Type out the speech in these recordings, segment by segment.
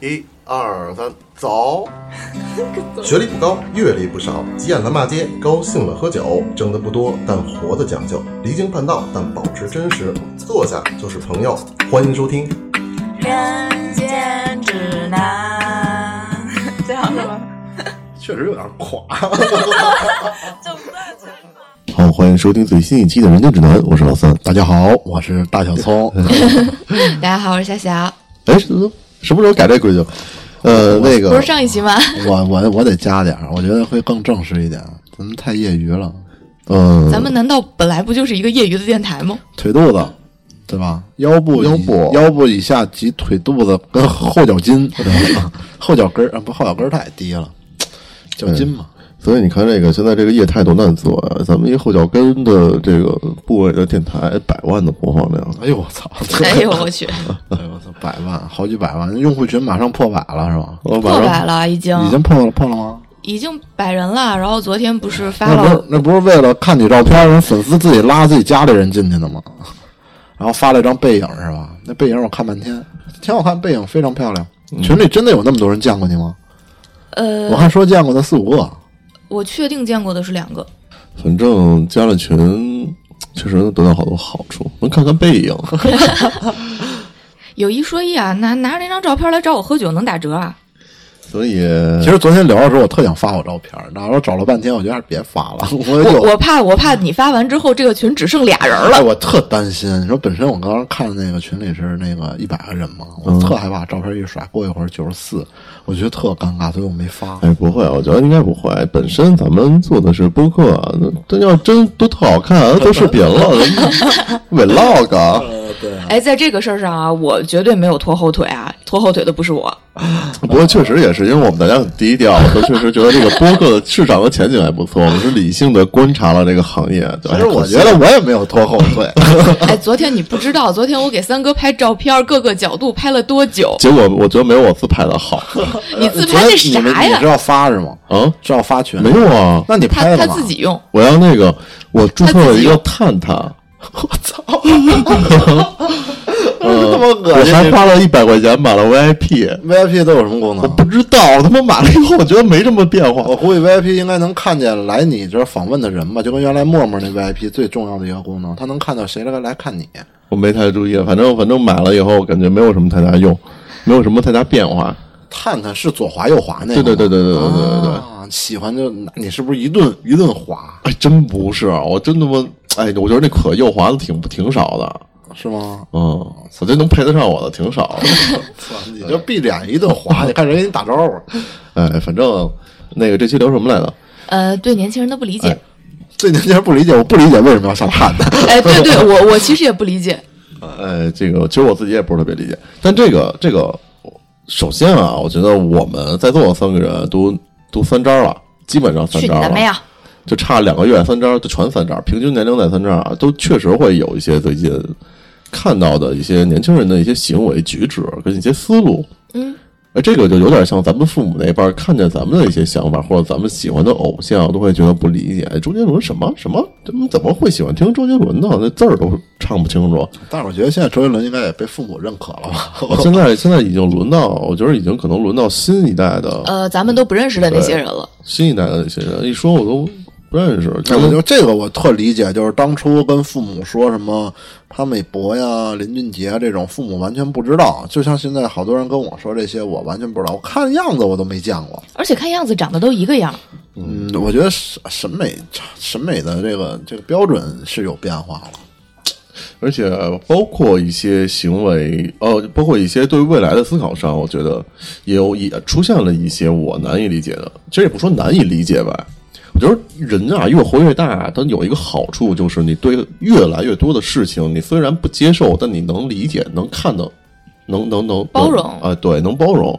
一二三，走！学历不高，阅历不少，急眼了骂街，高兴了喝酒，挣得不多但活得讲究，离经叛道但保持真实，坐下就是朋友。欢迎收听，人间指南，这样是吧？确实有点垮。就不断去好，欢迎收听最新一期的《人间指南》，我是老三。大家好，我是大小葱。大家好，我是小小，哎，什么什么时候改这规矩？呃，那不个是上一期吗？嗯我我我得加点儿，我觉得会更正式一点。咱们太业余了，嗯，咱们难道本来不就是一个业余的电台吗？腿肚子，对吧？腰部以腰部腰部以下及腿肚子跟后脚筋， 后脚跟儿啊不，后脚跟儿太低了，脚嗯筋嘛。哎所以你看，这个现在这个业态多难做啊！咱们一后脚跟的这个部位的电台，百万的播放量，哎呦我操！哎呦我 去，哎呦我操，百万，好几百万，用户群马上破百了是吧？我破马百上了已经，已经破了破了吗？已经百人了。然后昨天不是发那不是了，那不是为了看你照片，人粉丝自己拉自己家里人进去的吗？ 然后发了一张背影是吧？那背影我看半天，挺好看，背影非常漂亮。嗯群里真的有那么多人见过你吗？我呃，还说见过他四五个。我确定见过的是两个，反正加了群，确实能得到好多好处，能看看背影。 有一说一啊，拿拿着那张照片来找我喝酒能打折啊？所以，其实昨天聊的时候，我特想发我照片，然后找了半天，我觉得还是别发 了。我我就我怕我怕你发完之后，这个群只剩俩人哎，了。我特担心。你说本身我刚刚看那个群里是那个一百个人嘛，嗯我特害怕照片一甩，过一会儿九十四，我觉得特尴尬，所以我没发。哎，不会，我觉得应该不会。本身咱们做的是播客，那真要真都特好看，做视频 了，vlog。哎，在这个事儿上啊，我绝对没有拖后腿啊，拖后腿的不是我。不过确实也是，因为我们大家很低调，都确实觉得这个播客的市场和前景还不错。我们是理性的观察了这个行业。对其实我哎可惜觉得我也没有拖后腿。哎，昨天你不知道，昨天我给三哥拍照片，各个角度拍了多久？结果我觉得没有我自拍的 好你自昨拍天 那你们啥你呀知？道发是吗？啊，知道发群没？有啊，那你拍他了他干自嘛？ 己用，我要那个我注册了一个探探， 我操，这啊么恶 我心还花了一百块钱买了 VIP， ！VIP 都有什么功能我不啊？知道，我他妈买了以后我觉得没什么变化我，估计 VIP 应该能看见来你这儿访问的人吧，就跟原来陌陌那 VIP 最重要的一个功能，他能看到谁来来看你。我没太注意，反正反正买了以后我感觉没有什么太大用，没有什么太大变化。探探是左滑右滑那个吗，对对对对对对对对对，啊，喜欢就拿你是不是一顿一顿滑哎，真不是，我真他妈，哎，我觉得那可右滑的挺挺少的，是吗？嗯，我觉得能配得上我的挺少的。 你就闭脸一顿滑，你看人给你打招呼。哎，反正那个这期聊什么来着？呃，对年轻人的不理嗯解。最年轻人不理解，我不理解为什么要上探探。哎，对 对，我我其实也不理解。呃，这个其实我自己也不是特别理解，但这个这个，首先啊，我觉得我们在座的三个人都都三招了，基本上三去你招的了，妹啊！就差两个月三招就全三招，平均年龄在三招啊，都确实会有一些最近看到的一些年轻人的一些行为举止跟一些思路，嗯，哎，这个就有点像咱们父母那辈儿看见咱们的一些想法，或者咱们喜欢的偶像，都会觉得不理解。哎周杰伦什么什么，怎么怎么会喜欢听周杰伦呢？那字儿都唱不清楚。但是我觉得现在周杰伦应该也被父母认可了吧？现在现在已经轮到，我觉得已经可能轮到新一代嗯的呃，咱们都不认识的那些人了。新一代的那些人，一说我都不认识。那我就这个我特理解，就是当初跟父母说什么潘玮柏呀、林俊杰啊这种，父母完全不知道。就像现在好多人跟我说这些，我完全不知道，我看样子我都没见过。而且看样子长得都一个样。嗯，我觉得审审美审美的这个这个标准是有变化了。而且呃包括一些行为，呃，包括一些对未来的思考上，我觉得也有也出现了一些我难以理解的。其实也不说难以理解吧，我觉得人啊越活越大，它有一个好处就是你对越来越多的事情，你虽然不接受，但你能理解，能看到，能能能包容啊、对，能包容。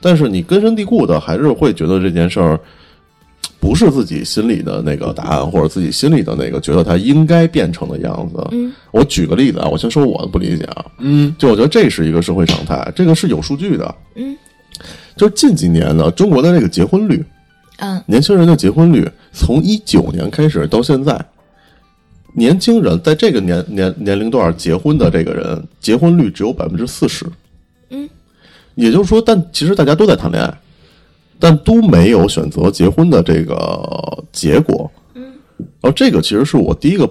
但是你根深蒂固的还是会觉得这件事儿不是自己心里的那个答案，或者自己心里的那个觉得它应该变成的样子。嗯，我举个例子啊，我先说我的不理解啊，嗯，就我觉得这是一个社会常态，这个是有数据的。嗯，就是近几年呢，中国的这个结婚率，嗯，年轻人的结婚率，从一九年开始到现在。年轻人在这个年年年龄段结婚的这个人，结婚率只有百分之四十。嗯，也就是说，但其实大家都在谈恋爱，但都没有选择结婚的这个结果。嗯，然后这个其实是我第一个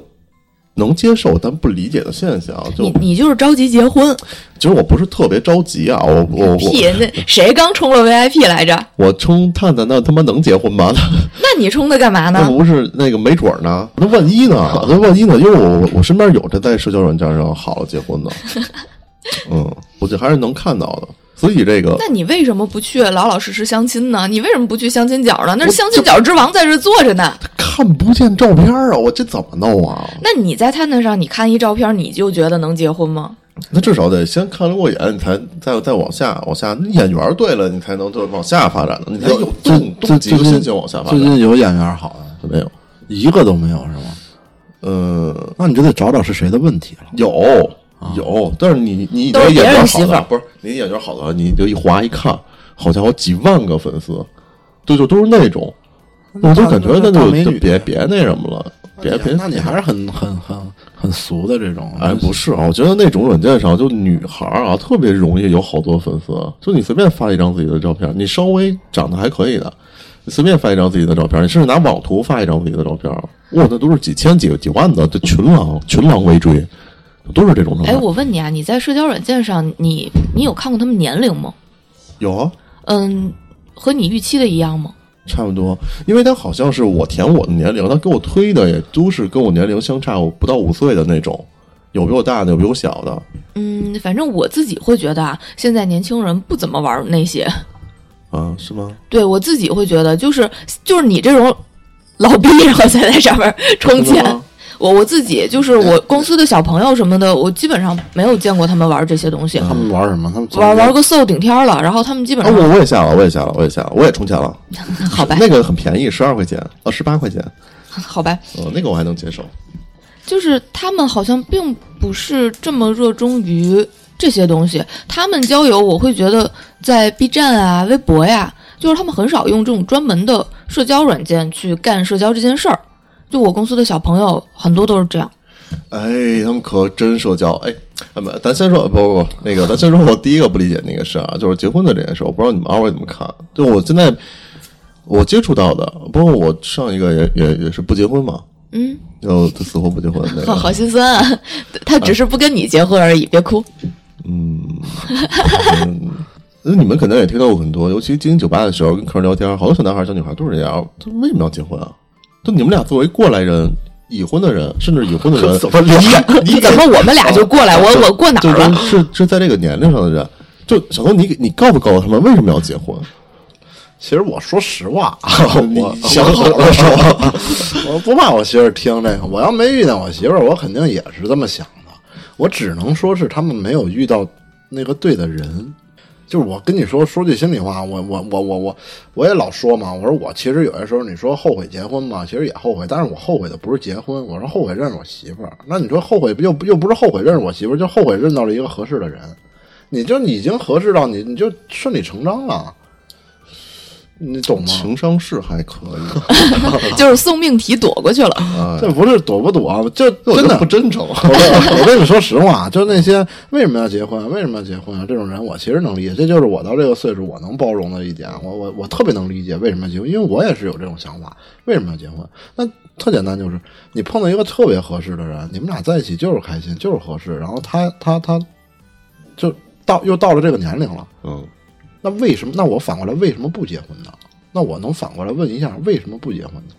能接受但不理解的现象。就你你就是着急结婚，其实我不是特别着急啊，我我我屁！ 那谁刚充了 VIP 来着？我冲探探那他妈能结 婚吗？那你充它干嘛那呢？不是那个没准儿呢？那万一 呢？那万一呢？因为我我我身边有这在社交软件上好了结 婚的，嗯，我觉得还是能看到的。所以这个那你为什么不去老老实实相亲呢？你为什么不去相亲角呢？那是相亲角之王在这坐着呢。看不见照片啊，我这怎么弄啊？那你在探探上，你看一照片，你就觉得能结婚吗？那至少得先看了过眼，你才再再往下往下，你眼缘对了，你才能就往下发展的，你才有动动最机最先近就往下发最展。近有演员好的，没有，一个都没有是吗？嗯，那你就得找找是谁的问题了。有有，但是你你啊都是你别眼人缘媳好妇儿的，不是你眼缘好的，你就一划一看，好家伙，几万个粉丝，对，就都是那种，我就感觉那大就美就女别别那什么了，别别，那你还是很很很很俗的这种。哎，不是啊，我觉得那种软件上就女孩儿啊，特别容易有好多粉丝。啊就你随便发一张自己的照片，你稍微长得还可以的，你随便发一张自己的照片，你甚至拿网图发一张自己的照片，哇，那都是几千、几几万的，这群狼群狼围追，都是这种状态。哎，我问你啊，你在社交软件上，你你有看过他们年龄吗？有啊，嗯，和你预期的一样吗？差不多，因为他好像是我填我的年龄，他给我推的也都是跟我年龄相差我不到五岁的那种，有比我大的，有比我小的。嗯，反正我自己会觉得啊，现在年轻人不怎么玩那些。啊，是吗？对我自己会觉得，就是就是你这种老逼，然后才在上面充真的钱。吗？ 我我自己就是 我公司的小朋友什么的，我基本上没有见过他们玩这些东西，他们玩什么？他们玩玩个 SO 顶天了，然后他们基本啊，上、我我也下了，我也下了，我也下了，我也充钱了。好吧那个很便宜，十二块钱，呃，十八块钱，好吧，呃，那个我还能接受。就是他们好像并不是这么热衷于这些东西。他们交友，我会觉得在 B 站啊、微博呀、就是他们很少用这种专门的社交软件去干社交这件事儿。就我公司的小朋友很多都是这样，哎，他们可真社交。哎，咱们咱先说，不不不，那个咱先说，我第一个不理解那个事啊，就是结婚的这件事，我不知道你们二位怎么看。就我现在我接触到的，包括我上一个也也也是不结婚嘛，嗯，就他死活不结婚那好个。好心酸啊。他只是不跟你结婚而已，别哭。那你们可能也听到过很多，尤其经营酒吧的时候，跟客人聊天，好多小男孩、小女孩都是这样。他为什么要结婚啊？就你们俩作为过来人、已婚的人，甚至已婚的人，怎么聊？你 怎么我们俩就过来？我我 过哪就儿啊了？是是是在这个年龄上的人，就小东，你你告不告诉他们为什么要结婚？其实我说实 话，你我想好了说，我不怕我媳妇儿听这个。我要没遇见我媳妇儿，我肯定也是这么想的。我只能说是他们没有遇到那个对的人。就是我跟你说，说句心里话，我我我我我我也老说嘛，我说我其实有些时候你说后悔结婚嘛，其实也后悔，但是我后悔的不是结婚，我是后悔认识我媳妇儿。那你说后悔不又又不是后悔认识我媳妇儿，就后悔认到了一个合适的人，你就你已经合适到你你就顺理成章了，你懂吗？情商是还可以， 就是送命题躲过去了。这不是躲不躲啊，就真我觉得的不。真 诚。我跟我跟你说实话，啊就那些为什么要结婚啊，为什么要结婚啊这种人，我其实能理解。这就是我到这个岁数我能包容的一点，啊我我我特别能理解为什么要结婚，因为我也是有这种想法，为什么要结婚？那特简单，就是你碰到一个特别合适的人，你们俩在一起就是开心，就是合适，然后他他他就到又到了这个年龄了，嗯，那为什么？那我反过来为什么不结婚呢？那我能反过来问一下，为什么不结婚呢？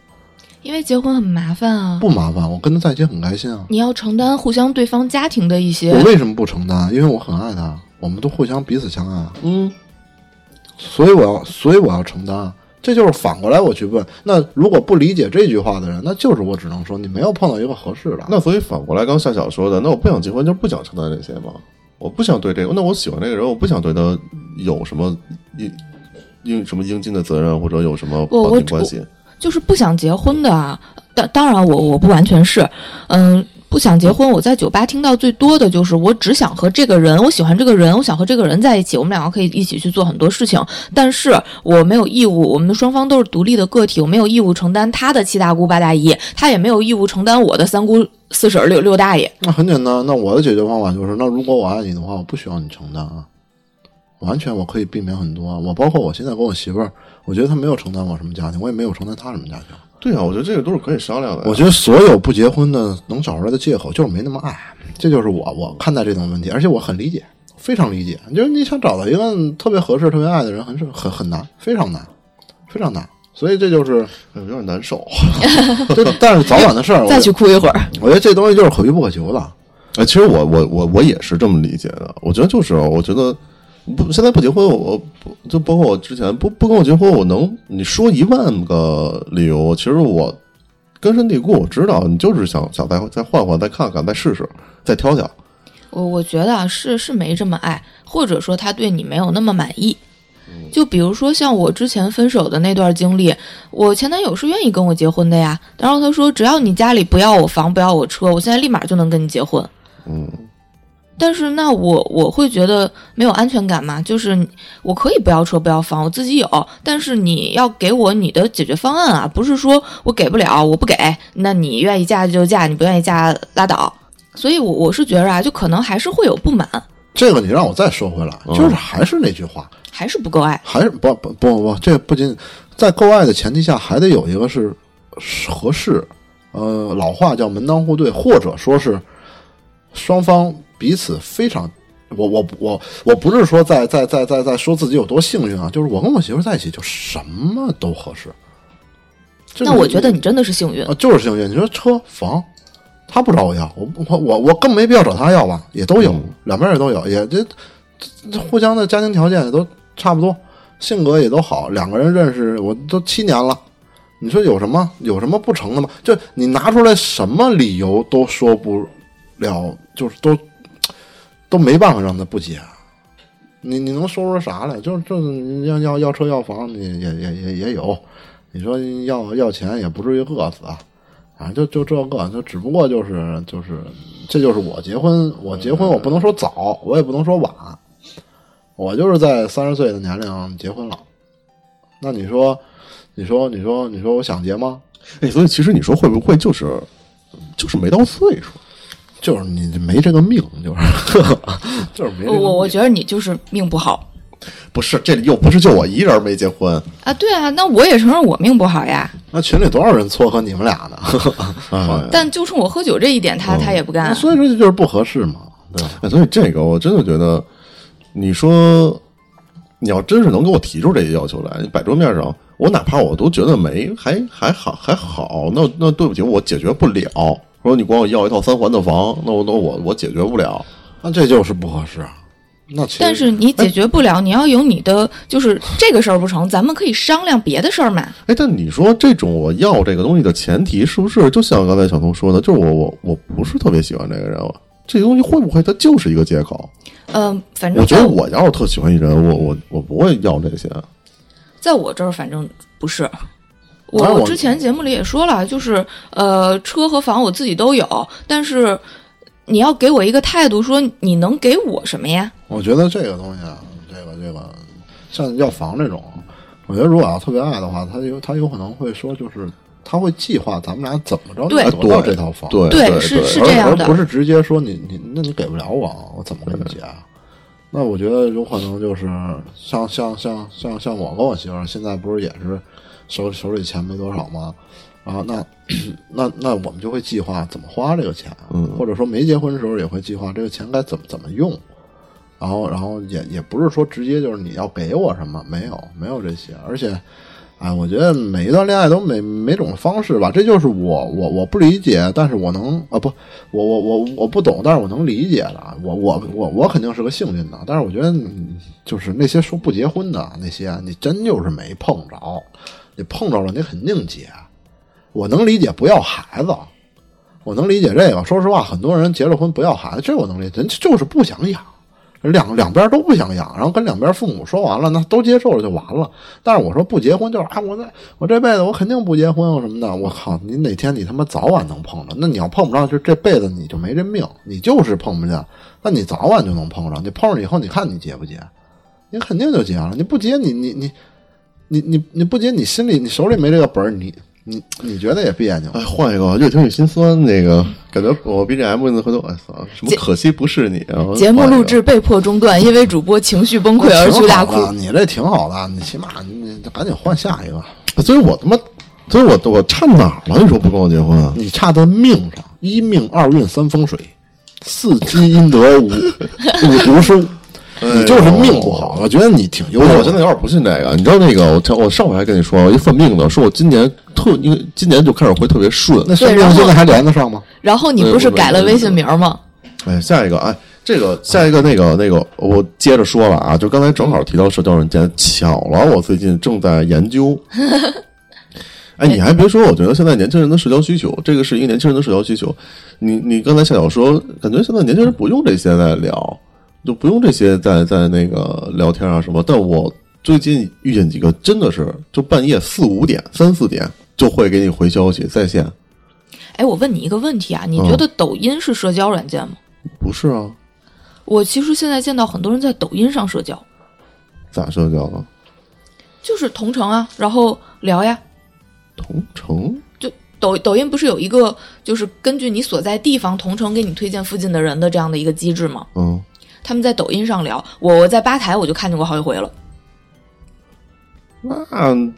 因为结婚很麻烦啊，不麻烦，我跟他在一起很开心啊。你要承担互相对方家庭的一些我为什么不承担？因为我很爱他，我们都互相彼此相爱，嗯，所以我要，所以我要承担。这就是反过来我去问，那如果不理解这句话的人，那就是我只能说你没有碰到一个合适的。那所以反过来，刚夏晓说的，那我不想结婚，就不想承担这些嘛。我不想对这个，那我喜欢这个人，我不想对他有什么应应什么应尽的责任，或者有什么我我绑定关系。就是不想结婚的啊。当当然我，我不完全是，嗯，不想结婚。我在酒吧听到最多的就是，我只想和这个人，我喜欢这个人，我想和这个人在一起，我们两个可以一起去做很多事情。但是我没有义务，我们双方都是独立的个体，我没有义务承担他的七大姑八大姨，他也没有义务承担我的三姑四婶儿六六大爷。那很简单，那我的解决方法就是，那如果我爱你的话，我不需要你承担啊，我完全我可以避免很多啊。我包括我现在跟我媳妇儿，我觉得她没有承担我什么家庭，我也没有承担她什么家庭。对啊，我觉得这个都是可以商量的呀。我觉得所有不结婚的能找出来的借口就是没那么爱，这就是我我看待这种问题，而且我很理解，非常理解。就是你想找到一个特别合适、特别爱的人，很是很很难，非常难，非常难。所以这就是，哎有点难受。 这但是早晚的事儿。我再觉去哭一会儿。我觉得这东西就是可遇不可求的。哎，其实我我我我也是这么理解的。我觉得就是，我觉得不现在不结婚，我不就包括我之前不不跟我结婚，我能你说一万个理由，其实我根深蒂固，我知道你就是想想再再换换，再看看，再试试，再挑挑。我我觉得啊，是是没这么爱，或者说他对你没有那么满意。就比如说像我之前分手的那段经历，我前男友是愿意跟我结婚的呀。然后他说，只要你家里不要我房，不要我车，我现在立马就能跟你结婚。嗯，但是那我我会觉得没有安全感嘛，就是你我可以不要车不要房，我自己有，但是你要给我你的解决方案啊，不是说我给不了，我不给，那你愿意嫁就嫁，你不愿意嫁拉倒。所以我，我是觉着啊，就可能还是会有不满，这个你让我再说回嗯来，就是还是那句话，还是不够爱。还是不不不不，这不仅在够爱的前提下，还得有一个是是合适。呃，老话叫门当户对，或者说是双方彼此非常。我我我我不是说在在在在在说自己有多幸运啊，就是我跟我媳妇儿在一起就什么都合适。这个那我觉得你真的是幸运啊，，就是幸运。你说车房，他不找我要，我我我我更没必要找他要吧，也都有，两边也都有，也这这这互相的家庭条件也都差不多，性格也都好，两个人认识我都七年了。你说有什么有什么不成的吗？就你拿出来什么理由都说不了，就是都都没办法让他不结。你你能说出啥来？就是就是要要要车要房，你也也也也有。你说要要钱也不至于饿死啊，反正就就这个，就只不过就是就是这就是我结婚，我结婚我不能说早，我也不能说晚，我就是在三十岁的年龄结婚了。那你说，你说你说你说我想结吗？哎，所以其实你说会不会就是就是没到岁数？就是你没这个命，就是 就是没这个我命我我觉得你就是命不好不是，这里又不是就我一人没结婚啊，对啊，那我也承认我命不好呀，那群里多少人撮合你们俩呢？ 哎啊、但就冲我喝酒这一点，他他也不嗯干哦那啊。所以说这就是不合适嘛，对吧？哎所以这个我真的觉得，你说你要真是能给我提出这些要求来，你摆桌面上，我哪怕我都觉得没还还好还好，那那对不起，我解决不了。说你管我要一套三环的房，那我那我我解决不了。那这就是不合适。啊那其实但是你解决不了，你要有你的，就是这个事儿不成，咱们可以商量别的事儿嘛。哎，但你说这种我要这个东西的前提是不是就像刚才小童说的，就是我我我不是特别喜欢这个人，我这东西会不会它就是一个借口？嗯、反正我觉在得我要是特喜欢一人，我我我不会要这些。在我这儿反正不是。我当然我我之前节目里也说了，就是呃，车和房我自己都有，但是你要给我一个态度，说你能给我什么呀？我觉得这个东西啊，这个这个，像要房这种，我觉得如果要特别爱的话，他有他有可能会说，就是他会计划咱们俩怎么着对能得到这套房，对对对，是对而是这样的而不是直接说你你那你给不了我啊，我怎么跟你结啊？那我觉得有可能就是像像像像像我跟我媳妇儿现在不是也是手手里钱没多少吗？啊，那那那我们就会计划怎么花这个钱，啊嗯或者说没结婚的时候也会计划这个钱该怎么怎么用。然后，然后也也不是说直接就是你要给我什么，没有没有这些，而且，哎，我觉得每一段恋爱都每每种方式吧，这就是我我我不理解，但是我能啊不，我我我我不懂，但是我能理解的，啊我我我我肯定是个幸运的，但是我觉得嗯就是那些说不结婚的啊那些，你真就是没碰着，你碰着了你肯定结，啊我能理解不要孩子，我能理解这个。说实话，很多人结了婚不要孩子，这我能理解，人就是不想养，两两边都不想养，然后跟两边父母说完了，那都接受了就完了。但是我说不结婚，就是啊，我在我这辈子我肯定不结婚，啊我什么的。我靠，你哪天你他妈早晚能碰着，那你要碰不上，就这辈子你就没这命，你就是碰不见。那你早晚就能碰上，你碰上以后，你看你结不结？你肯定就结了，你不结你你你你你你不结，你心里你手里没这个本儿，你你你觉得也别扭哎，换一个吧，越听越心酸。那个嗯感觉我 BGM 回头，哎操，什么可惜不是你啊！节目换一个录制被迫中断，因为主播情绪崩溃而去大哭哦挺。好的你这挺好的，你起码你你赶紧换下一个，所以我他妈，所以我我差哪儿了？你说不跟我结婚啊？你差在命上，一命二运三风水，四积阴德 五五读书，你就是命不好。我觉得你挺优秀我的，我真的有点不信这个。你知道那个，我上我上回还跟你说，我一犯病的，说我今年特，因为今年就开始会特别顺。那生对然病后现在还连得上吗？然后你不是改了微信名吗？哎，下一个，哎，这个下一个那个那个，我接着说了啊，就刚才正好提到社交软件，巧了，我最近正在研究。哎，你还别说，我觉得现在年轻人的社交需求，这个是一个年轻人的社交需求。你你刚才夏晓说，感觉现在年轻人不用这些在聊，就不用这些在在那个聊天啊什么。但我最近遇见几个真的是，就半夜四五点、三四点就会给你回消息在线，哎，我问你一个问题啊，你嗯觉得抖音是社交软件吗？不是啊？我其实现在见到很多人在抖音上社交，咋社交啊？就是同城啊，然后聊呀。同城就抖抖音不是有一个就是根据你所在地方同城给你推荐附近的人的这样的一个机制吗？嗯。他们在抖音上聊，我我在吧台我就看见过好几回了。那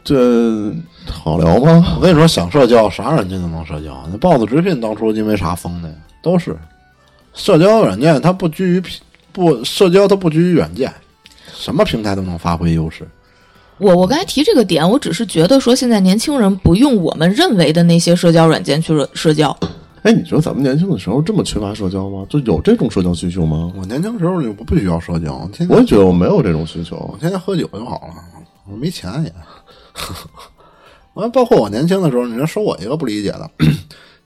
这好聊吗我？跟你说，想社交，啥软件都能社交。那豹子直聘当初因为啥封的呀？都是社交软件，它不拘于平不社交，它不拘于软件，什么平台都能发挥优势。我我刚才提这个点，我只是觉得说现在年轻人不用我们认为的那些社交软件去社社交，哎，你说咱们年轻的时候这么缺乏社交吗？就有这种社交需求吗？我年轻时候就不不需要社交，我天我天也觉得我没有这种需求我。天天喝酒就好了，我没钱也。 完，包括我年轻的时候，你说说我一个不理解的，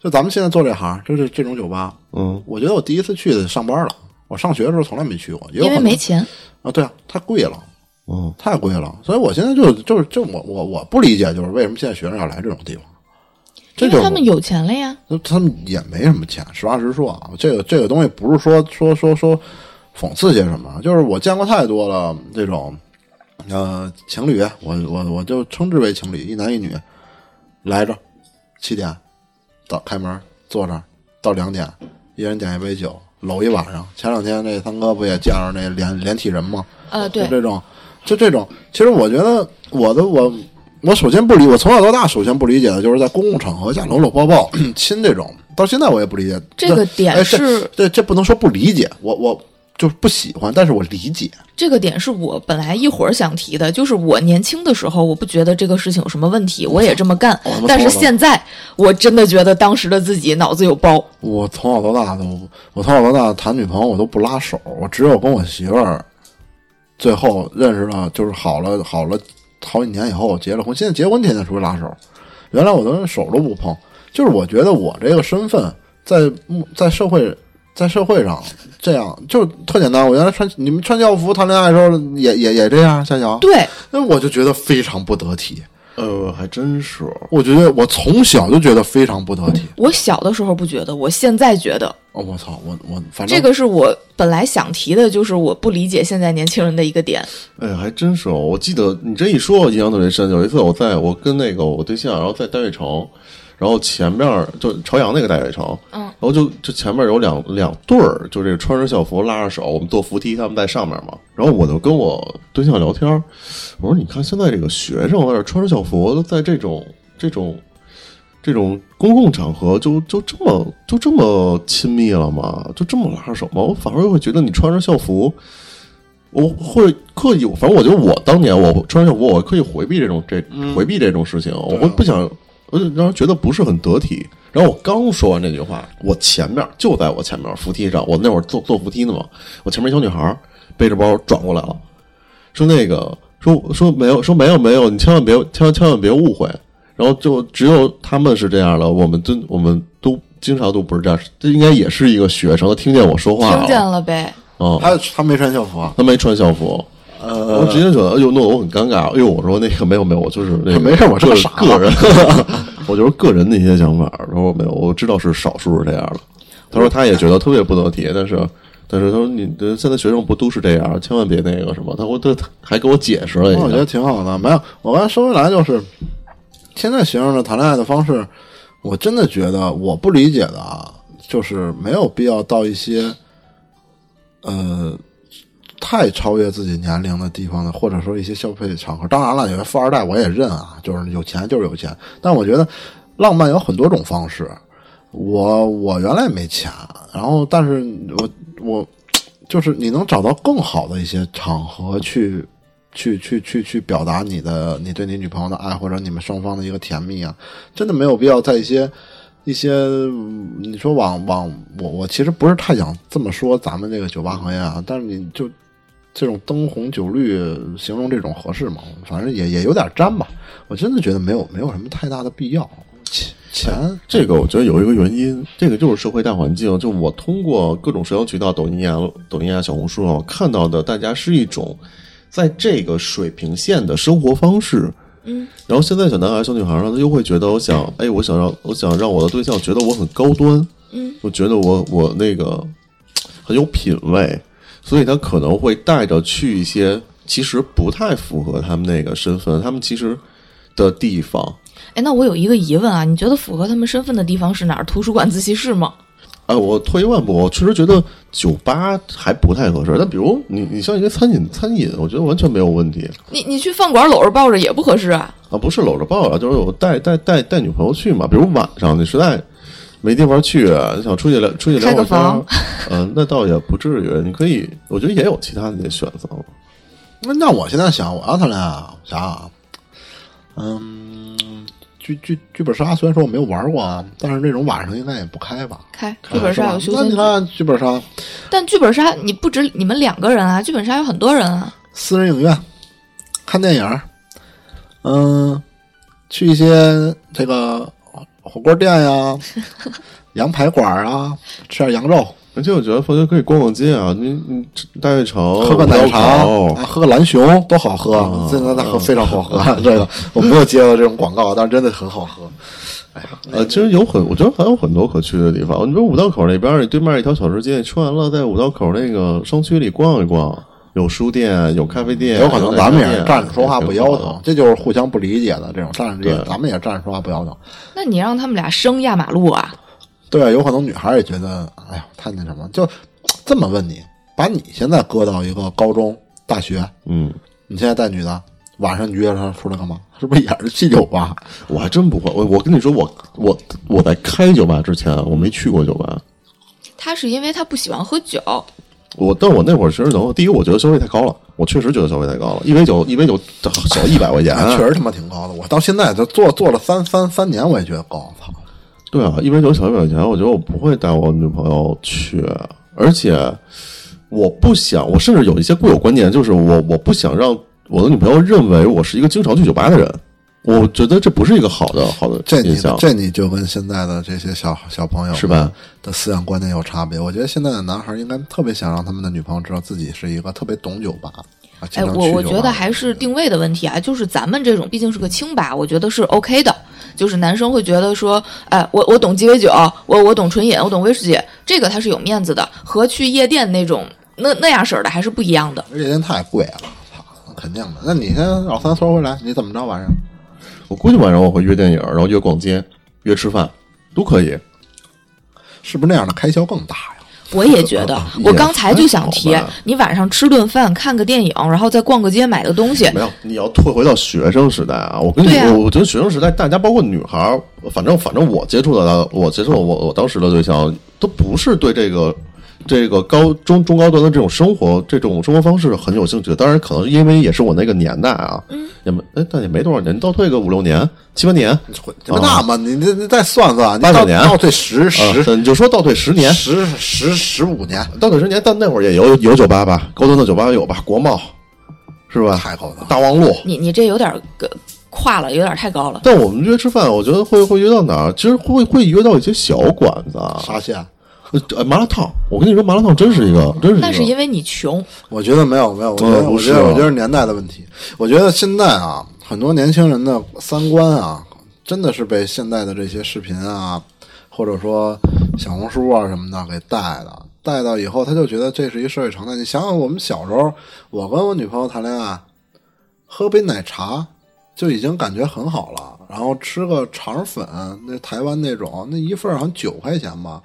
就咱们现在做这行，就是这种酒吧，嗯，我觉得我第一次去上班了，我上学的时候从来没去过，也有因为可能没钱。啊，对啊，太贵了。嗯，太贵了，所以我现在就就是就我我我不理解，就是为什么现在学生要来这种地方？这因就为是他们有钱了呀，我他们也没什么钱，实话实说啊，这个这个东西不是说说说说讽刺些什么，就是我见过太多了这种呃情侣，我我我就称之为情侣，一男一女来着，七点到开门坐这儿到两点，一人点一杯酒，搂一晚上。前两天那三哥不也见着那连连体人吗？呃，就对，这种，就这种。其实我觉得我的我我首先不理，我从小到大首先不理解的就是在公共场合下搂搂抱 抱亲这种，到现在我也不理解。这个点哎是这这这不能说不理解，我我就是不喜欢，但是我理解。这个点是我本来一会儿想提的，就是我年轻的时候，我不觉得这个事情有什么问题，我也这么干。我但是哦错了现在，我真的觉得当时的自己脑子有包。我从小到大都，我从小到大谈女朋友我都不拉手，我只有跟我媳妇儿最后认识了，就是好了好了好几年以后结了婚。现在结婚天天出去拉手，原来我都连手都不碰。就是我觉得我这个身份在目在社会在社会上这样就特简单。我原来穿你们穿校服谈恋爱的时候也也也这样，啊夏乔，对，那我就觉得非常不得体。呃，还真是。我觉得我从小就觉得非常不得体。我小的时候不觉得，我现在觉得哦，我操，我我反正这个是我本来想提的，就是我不理解现在年轻人的一个点。哎，还真是哦！我记得你这一说，我印象特别深。有一次，我在我跟那个我对象，然后在戴vệ城，然后前面儿就朝阳那个戴vệ城，嗯，然后就就前面有两两对儿，就这个穿着校服拉着手，我们坐扶梯，他们在上面嘛。然后我就跟我对象聊天儿，我说：“你看现在这个学生在这穿着校服，在这种这种这种公共场合就就这么就这么亲密了吗？就这么拉着手吗？我反而会觉得你穿着校服，我会刻意，反正我觉得我当年我穿着校服，我刻意回避这种这回避这种事情，我会不想，我就让人觉得不是很得体。然后我刚说完这句话，我前面就在我前面扶梯上，我那会儿坐坐扶梯呢嘛，我前面一小女孩儿背着包转过来了。说那个说说没有说没有没有，你千万别千万千万别误会。然后就只有他们是这样的，我们真我们都经常都不是这样，这应该也是一个学生，他听见我说哦话听见了，了呗？啊、他他没穿校服啊。他没穿校服。呃，我直接觉得，哎呦，那我很尴尬。哎呦，我说那个没有没有，我就是那 个没事我是个个傻个人， 我就是个人的一些想法。然后没有，我知道是少数是这样的。他说他也觉得特别不得体，但是但是他说你的现在学生不都是这样，千万别那个什么。他我他他还给我解释了一下，我觉得挺好的。没有，我刚才说回来就是，现在学生的谈恋爱的方式，我真的觉得我不理解的啊，就是没有必要到一些，呃，太超越自己年龄的地方的，或者说一些消费场合。当然了，有些富二代我也认啊，就是有钱就是有钱。但我觉得浪漫有很多种方式。我我原来没钱，然后但是我我就是你能找到更好的一些场合去去去去去表达你的你对你女朋友的爱，或者你们双方的一个甜蜜啊，真的没有必要在一些一些嗯你说往往我我其实不是太想这么说咱们这个酒吧行业啊，但是你就这种灯红酒绿形容这种合适吗？反正也也有点沾吧，我真的觉得没有没有什么太大的必要，钱钱这个我觉得有一个原因，这个就是社会大环境。就我通过各种社交渠道，抖音啊、抖音啊、小红书啊，我看到的大家是一种在这个水平线的生活方式。嗯，然后现在小男孩、小女孩呢，他又会觉得，我想，哎，我想让我想让我的对象觉得我很高端，嗯，我觉得我我那个很有品位，所以他可能会带着去一些其实不太符合他们那个身份，他们其实的地方。哎，那我有一个疑问啊，你觉得符合他们身份的地方是哪儿？图书馆、自习室吗？哎，我退一万步，我确实觉得酒吧还不太合适。但比如你，你像一些餐饮，餐饮我觉得完全没有问题你你去饭馆搂着抱着也不合适啊。啊，不是搂着抱着，就是我带带带带女朋友去嘛。比如晚上你实在没地方去，啊想出去聊出去聊开个会儿房天，嗯、那倒也不至于。你可以，我觉得也有其他的一些选择。那那我现在想，我要谈恋爱啊，我想想啊，嗯，剧剧剧本杀虽然说我没有玩过啊，但是这种晚上应该也不开吧？开剧本杀有啊是休吧那闲你区，看剧本杀，但剧本杀你不止你们两个人啊，剧本杀有很多人啊。私人影院看电影，嗯，去一些这个火锅店呀、 羊排馆啊，吃点羊肉，而且我觉得放学可以逛逛街啊，你你大悦城喝个奶茶，五啊幺九喝个蓝熊多好喝！现在那喝非常好喝，这个我没有接到这种广告，但是真的很好喝。呃，其实有很，我觉得还有很多可去的地方。你比如五道口那边儿，你对面一条小吃街，你吃完了在五道口那个商区里逛一逛，有书店，有咖啡店，有可能奶茶咱们也是店站着说话不腰。挺好疼的，这就是互相不理解的这种站着也对咱们也站着说话不腰疼。那你让他们俩生压马路啊？对，有可能女孩也觉得，哎呀，太那什么，就这么问你，把你现在搁到一个高中、大学，嗯，你现在带女的，晚上你约她出来干嘛？是不是也是去酒吧？我还真不会。我我跟你说，我我我在开酒吧之前，啊我没去过酒吧。他是因为他不喜欢喝酒，我但我那会儿其实能，第一，我觉得消费太高了，我确实觉得消费太高了，一杯酒一杯酒小一百块钱，啊确实他妈挺高的，我到现在就做做了三三三年，我也觉得高，操！对啊，一杯酒小一百块钱，我觉得我不会带我女朋友去，而且我不想，我甚至有一些固有观念，就是我我不想让我的女朋友认为我是一个经常去酒吧的人，我觉得这不是一个好的好的这印你象，这你就跟现在的这些小小朋友是吧？的思想观念有差别。我觉得现在的男孩应该特别想让他们的女朋友知道自己是一个特别懂酒吧啊，经哎，常我去我酒觉吧得还嗯是定位的问题啊，就是咱们这种毕竟是个清吧，我觉得是 OK 的。就是男生会觉得说，哎，我我懂鸡尾酒，我我懂纯饮，我懂威士忌，这个他是有面子的，和去夜店那种那那样式儿的还是不一样的。而且人太贵了，操，那肯定的。那你先老三说回来，你怎么着晚上？我估计晚上我会约电影，然后约逛街，约吃饭，都可以。是不是那样的开销更大呀？我也觉 ，得也我刚才就想提还好吧，你晚上吃顿饭、看个电影，然后再逛个街买个东西， 没有，你要退回到学生时代啊！我跟你对说，啊我我觉得学生时代，大家包括女孩儿，反正反正我接触的，我接触的我我当时的对象，都不是对这个这个高中中高端的这种生活这种生活方式很有兴趣的。当然，可能因为也是我那个年代啊，嗯也没哎，但也没多少年，倒退个五六年、七八年，这不大吗？你这你再算算，你哦八九到年到这十啊十你就说倒退十年，十十十五年，倒退十年，但那会儿也有有酒吧吧，高端的酒吧有吧，国贸是吧？太高了。大望路，你你这有点儿个跨了，有点儿太高了。但我们约吃饭，我觉得会会约到哪儿？其实会会约到一些小馆子啊，沙县，呃，麻辣烫。我跟你说，麻辣烫真是一个，真是一个。那是因为你穷，我觉得没有没有，我觉得、嗯不我是觉啊得我觉得是年代的问题。我觉得现在啊，很多年轻人的呃三观啊，真的是被现在的这些视频啊，或者说小红书啊什么的给带的，带到以后他就觉得这是一社会常态。你想想，我们小时候，我跟我女朋友谈恋爱，喝杯奶茶就已经感觉很好了。然后吃个肠粉，那台湾那种，那一份儿好像九块钱吧，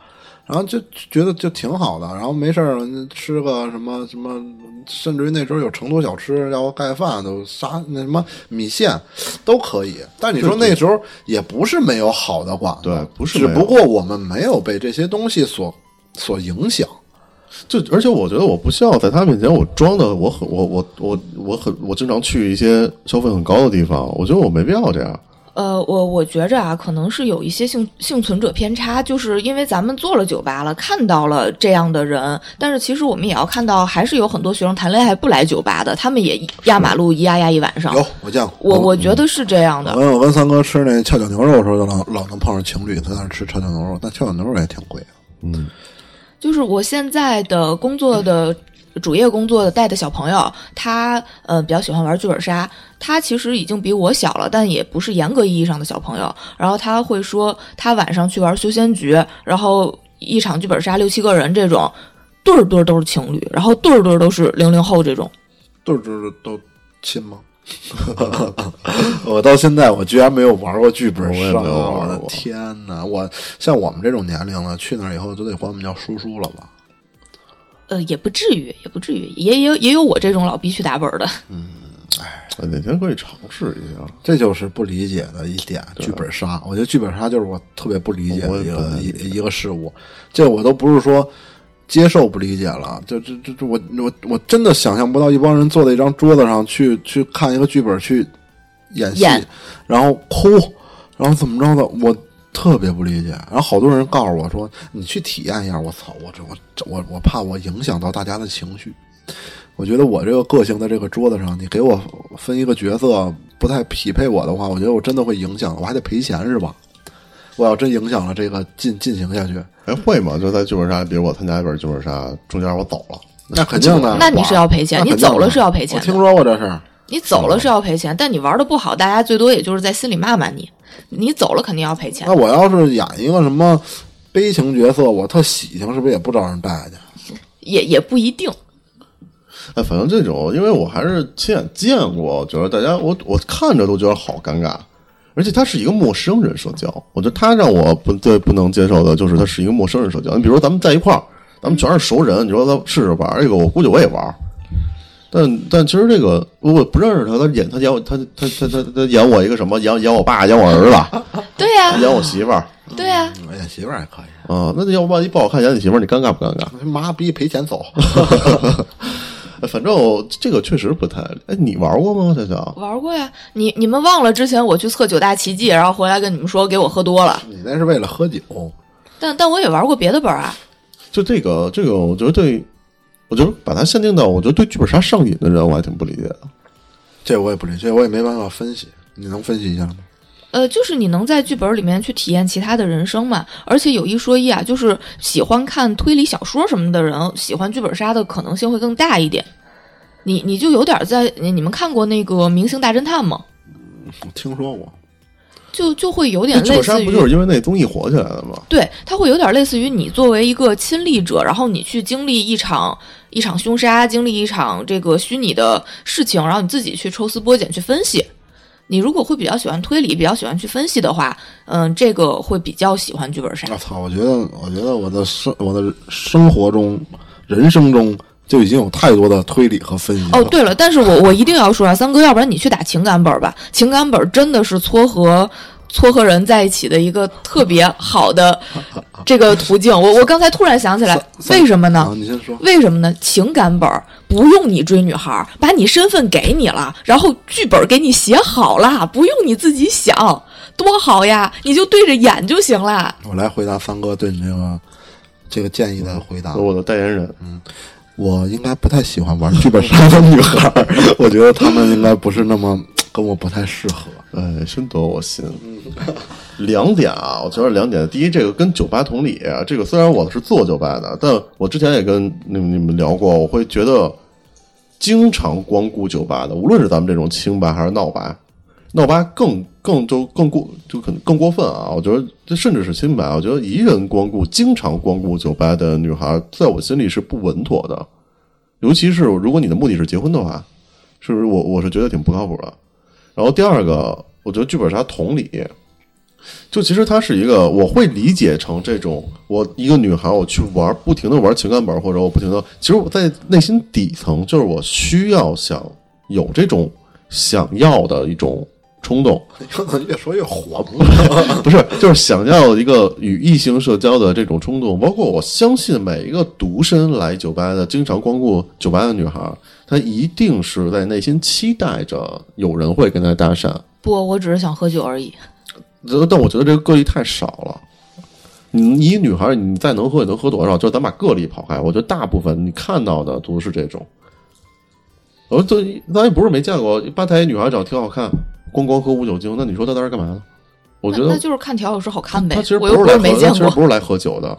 然后就觉得就挺好的。然后没事儿那吃个什么什么，甚至于那时候有成都小吃，要盖饭都啥那什么米线都可以。但你说那时候也不是没有好的馆子，对不是只没有不过我们没有被这些东西所所影响。就而且我觉得我不需要在他面前我装的我很我我我我很我经常去一些消费很高的地方，我觉得我没必要这样。呃，我我觉着啊，可能是有一些幸幸存者偏差，就是因为咱们做了酒吧了，看到了这样的人，但是其实我们也要看到，还是有很多学生谈恋爱不来酒吧的，他们也压马路一压压一晚上。有我见过，嗯我我觉得嗯是这样的，我我跟三哥吃那翘脚牛肉的时候，就老老能碰上情侣在那儿吃翘脚牛肉，但翘脚牛肉也挺贵啊的。嗯，就是我现在的工作的主业工作的带的小朋友，他呃比较喜欢玩剧本杀。他其实已经比我小了，但也不是严格意义上的小朋友。然后他会说，他晚上去玩修仙局，然后一场剧本杀六七个人这种，对儿对儿都是情侣，然后对儿对儿都是零零后这种。对对都亲 吗？我到现在我居然没有玩过剧本我也杀，没有玩我的过天哪！我像我们这种年龄了，去那儿以后就得管我们叫叔叔了吧？呃，也不至于，也不至于，也也有也有我这种老逼去打本儿的。嗯哎哪天可以尝试一下。这就是不理解的一点，剧本杀。我觉得剧本杀就是我特别不理解我的也一不个能理一一个事物。这我都不是说接受不理解了，就这这这我我我真的想象不到一帮人坐在一张桌子上去去看一个剧本去演戏，演然后哭，然后怎么着的，我特别不理解。然后好多人告诉我说：“你去体验一下。”我操，我这我这我我怕我影响到大家的情绪。我觉得我这个个性在这个桌子上，你给我分一个角色不太匹配我的话，我觉得我真的会影响，我还得赔钱是吧？我要真影响了这个进 进行下去，哎，会吗？就在剧本杀，比如我参加一本剧本杀，中间我走了，那肯定的。那你是要赔钱那你肯定走了的是要赔钱我的听说过这事儿，你走了是要赔钱，但你玩的不好，大家最多也就是在心里骂骂你。你走了肯定要赔钱那。我要是演一个什么悲情角色，我特喜庆，是不是也不招人待见？也也不一定。哎，反正这种，因为我还是亲眼见过，我觉得大家我我看着都觉得好尴尬，而且他是一个陌生人社交，我觉得他让我不最不能接受的就是他是一个陌生人社交。你比如说咱们在一块儿，咱们全是熟人，你说他试试玩这个，我估计我也玩儿。但但其实这个我我不认识他，他演他演我他他他他他演我一个什么演演我爸演我儿子对呀、演我媳妇儿对呀、我演哎媳妇儿还可以， 啊、那要不然一不好看演你媳妇儿，你尴尬不尴尬？妈逼赔钱 走。哎反正我这个确实不太哎，你玩过吗，小小？玩过呀。你你们忘了之前我去测九大奇迹，然后回来跟你们说给我喝多了，你那是为了喝酒，但但我也玩过别的本儿啊。就这个，这个，我觉得对，我觉得把它限定到，我觉得对剧本杀上瘾的人，我还挺不理解的。这我也不理解，我也没办法分析。你能分析一下吗？ 呃，就是你能在剧本里面去体验其他的人生嘛。而且有一说一啊，就是喜欢看推理小说什么的人，喜欢剧本杀的可能性会更大一点。你你就有点在你你们看过那个《明星大侦探》吗？我听说过，就就会那有点剧类本杀似于不就是因为那综艺火起来的吗？对，它会有点类似于你作为一个亲历者，然后你去经历一场一场凶杀，经历一场这个虚拟的事情，然后你自己去抽丝剥茧去分析。你如果会比较喜欢推理，比较喜欢去分析的话，嗯，这个会比较喜欢剧本杀我、。啊操！我觉得，我觉得我的生我的生活中、人生中就已经有太多的推理和分析了。哦，对了，但是我我一定要说啊，三哥，要不然你去打情感本儿吧，情感本儿真的是撮合。撮合人在一起的一个特别好的这个途径，我我刚才突然想起来，为什么呢？啊，你先说。为什么呢？情感本儿不用你追女孩儿，把你身份给你了，然后剧本给你写好了，不用你自己想，多好呀！你就对着演就行了。我来回答三哥对你这个这个建议的回啊答。我的代言人，我应该不太喜欢玩剧本杀的女孩儿，我觉得她们应该不是那么跟我不太适合。 哎，深得我心。两点啊，我觉得两点。第一，这个跟酒吧同理，这个虽然我是做酒吧的，但我之前也跟你们你们聊过，我会觉得经常光顾酒吧的，无论是咱们这种清吧还是闹吧，闹吧更更就更过就可能更过分啊！我觉得这甚至是清吧，我觉得一人光顾、经常光顾酒吧的女孩，在我心里是不稳妥的，尤其是如果你的目的是结婚的话，是不是我我是觉得挺不靠谱的。然后第二个，我觉得剧本杀同理，就其实它是一个，我会理解成这种，我一个女孩，我去玩，不停的玩情感本，或者我不停的，其实我在内心底层就是我需要想有这种想要的一种冲动， 越说越火了。不是，就是想要一个与异性社交的这种冲动。包括我相信每一个独身来酒吧的、经常光顾酒吧的女孩，她一定是在内心期待着有人会跟她搭讪。不，我只是想喝酒而已。呃但我觉得这个个例太少了。你你一女孩，你再能喝，你能喝多少？就是咱把个例抛开，我觉得大部分你看到的都是这种。我这咱也不是没见过，吧台女孩长得挺好看，光光喝无酒精，那你说她在这儿干嘛呢？我觉那得那就是看调酒师好看呗他其实。不我又不来是喝，没他见其实过，不是来喝酒的。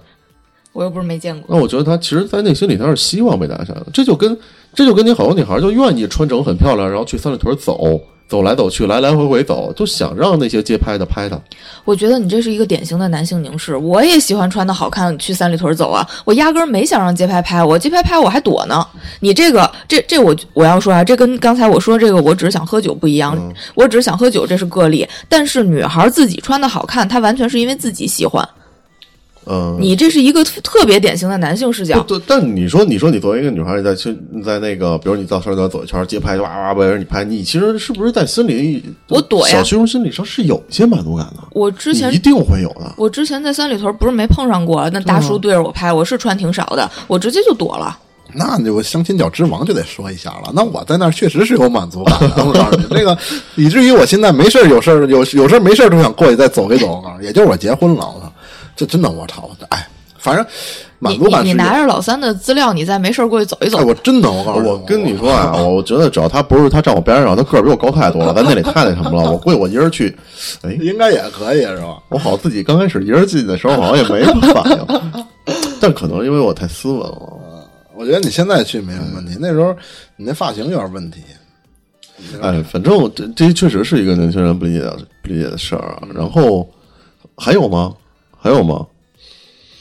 我又不是没见那过。我觉得他其实，在内心里他是希望被搭讪的，这就跟这就跟你好多女孩就愿意穿整很漂亮，然后去三里屯走走来走去，来来回回走，就想让那些街拍的拍他。我觉得你这是一个典型的男性凝视。我也喜欢穿的好看，去三里屯走啊。我压根儿没想让街拍拍我，街拍拍我还躲呢。你这个，这这我我要说啊，这跟刚才我说这个我只是想喝酒不一样，嗯我只是想喝酒这是个例。但是女孩自己穿的好看，她完全是因为自己喜欢。嗯，你这是一个特特别典型的男性视角。对，但你说，你说你作为一个女孩，你再去你在那个，比如你到三里屯走一圈，街拍就哇哇围着你拍，你其实是不是在心里，我躲呀小虚荣心理上是有一些满足感的，我之前你一定会有的。我之前在三里屯不是没碰上过，啊那大叔对着我拍，我是穿挺少的，我直接就躲了。那你我相亲角之王就得说一下了。那我在那儿确实是有满足感的，我告诉你，那个以至于我现在没事儿有事儿有有事儿没事儿都想过去再走一走。我告诉你，也就是我结婚了，我操，这真的我操，哎，反正满你足你感是你有拿着老三的资料，你再没事儿过去走一走哎，。我真的，我告诉我跟你说啊，我我觉得只要他不是他站我边上，他个儿比我高太多了，咱那里太那什么了。我估计我一人去，哎，应该也可以是吧？我好像自己刚开始一人进去的时候，好像也没什么反应， 但可能因为我太斯文了。我觉得你现在去没什么问嗯题，那时候你那发型有点问题。哎，反正我这这确实是一个年轻人不理解的不理解的事儿啊。然后还有吗？还有吗？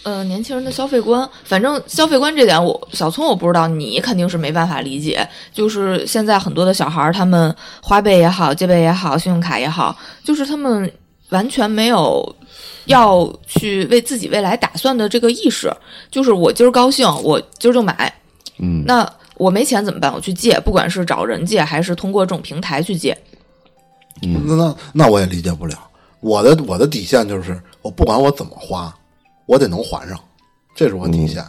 呃，年轻人的消费观，反正消费观这点我，小聪我不知道，你肯定是没办法理解。就是现在很多的小孩儿，他们花呗也好，借呗也好，信用卡也好，就是他们完全没有要去为自己未来打算的这个意识。就是我今儿高兴，我今儿就买。嗯，那我没钱怎么办？我去借，不管是找人借，还是通过这种平台去借。嗯那那那我也理解不了。我的我的底线就是，我不管我怎么花，我得能还上，这是我底嗯线。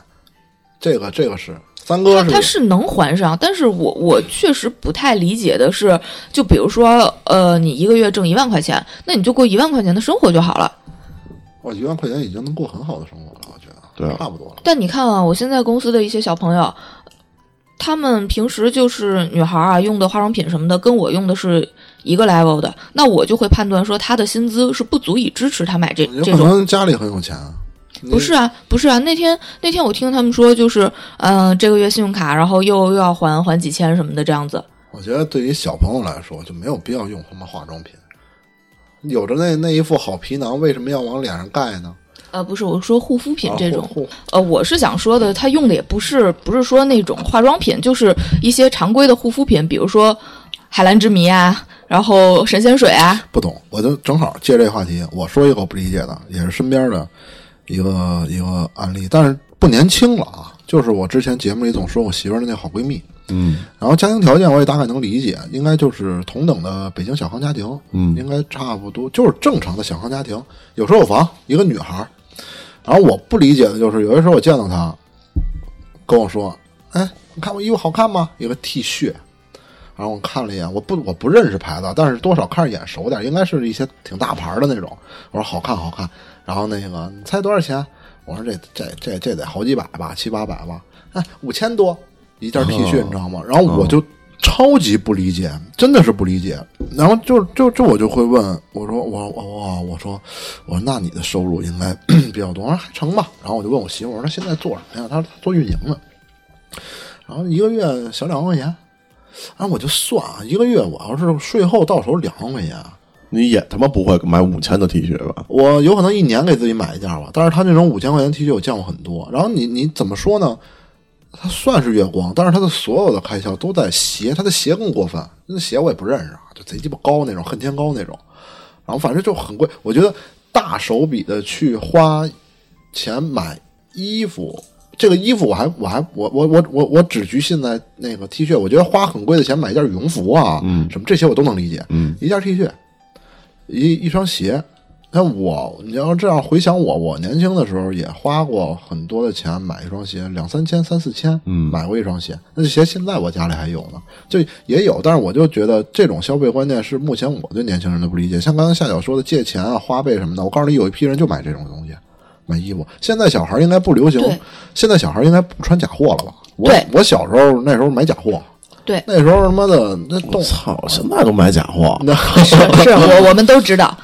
这个这个是三哥他是他是能还上，但是我我确实不太理解的是，就比如说，呃，你一个月挣一万块钱，那你就过一万块钱的生活就好了。我一万块钱已经能过很好的生活了，我觉得对啊差不多了。但你看啊，我现在公司的一些小朋友，他们平时就是女孩啊用的化妆品什么的，跟我用的是一个 level 的，那我就会判断说她的薪资是不足以支持她买这有这可种。能家里很有钱啊，你不是啊，不是啊，那天那天我听他们说，就是嗯、呃这个月信用卡，然后又又要还还几千什么的这样子。我觉得对于小朋友来说，就没有必要用他妈化妆品。有着那那一副好皮囊，为什么要往脸上盖呢？呃，不是，我说护肤品这种，啊护护呃，我是想说的，他用的也不是不是说那种化妆品，就是一些常规的护肤品，比如说海蓝之谜啊，然后神仙水啊，不懂，我就正好借这话题，我说一个我不理解的，也是身边的一个一个案例，但是不年轻了啊。就是我之前节目里总说我媳妇儿的那好闺蜜，嗯，然后家庭条件我也大概能理解，应该就是同等的北京小康家庭，嗯应该差不多，就是正常的小康家庭，有车有房，一个女孩儿。然后我不理解的就是，有些时候我见到她，跟我说：“哎，你看我衣服好看吗？”一个 T 恤，然后我看了一眼，我不我不认识牌子，但是多少看着眼熟点儿，应该是一些挺大牌儿的那种。我说好看好看，然后那个你猜多少钱？我说这这这这得好几百吧，七八百吧，哎，五千多一件 T 恤，你知道吗？然后我就超级不理解，真的是不理解。然后就就就我就会问我说我我我我说我说那你的收入应该 比较多，我说还成吧。然后我就问我媳妇儿，我说她现在做什么呀？她她做运营呢。然后一个月小两万块钱，啊，我就算啊，一个月我要是税后到手两万块钱，你也他妈不会买五千的 T 恤吧？我有可能一年给自己买一件吧。但是他那种五千块钱 T 恤我见过很多。然后你你怎么说呢？他算是月光，但是他的所有的开销都在鞋，他的鞋更过分，那鞋我也不认识啊，就贼鸡巴高那种，恨天高那种，然后反正就很贵。我觉得大手笔的去花钱买衣服，这个衣服我还我还我我我我我只局限在那个 T 恤，我觉得花很贵的钱买一件羽绒服啊，嗯，什么这些我都能理解，嗯，一件 T 恤，一一双鞋。那我你要这样回想我，我年轻的时候也花过很多的钱买一双鞋，两三千、三四千，嗯，买过一双鞋。那鞋现在我家里还有呢，就也有，但是我就觉得这种消费观念是目前我对年轻人的不理解。像刚才夏晓说的借钱啊、花呗什么的，我告诉你，有一批人就买这种东西，买衣服。现在小孩应该不流行对， 现在小孩应该不穿假货了吧？我对我小时候那时候买假货，对，那时候他妈的那我动操，现在都买假货，那。是是，我我们都知道，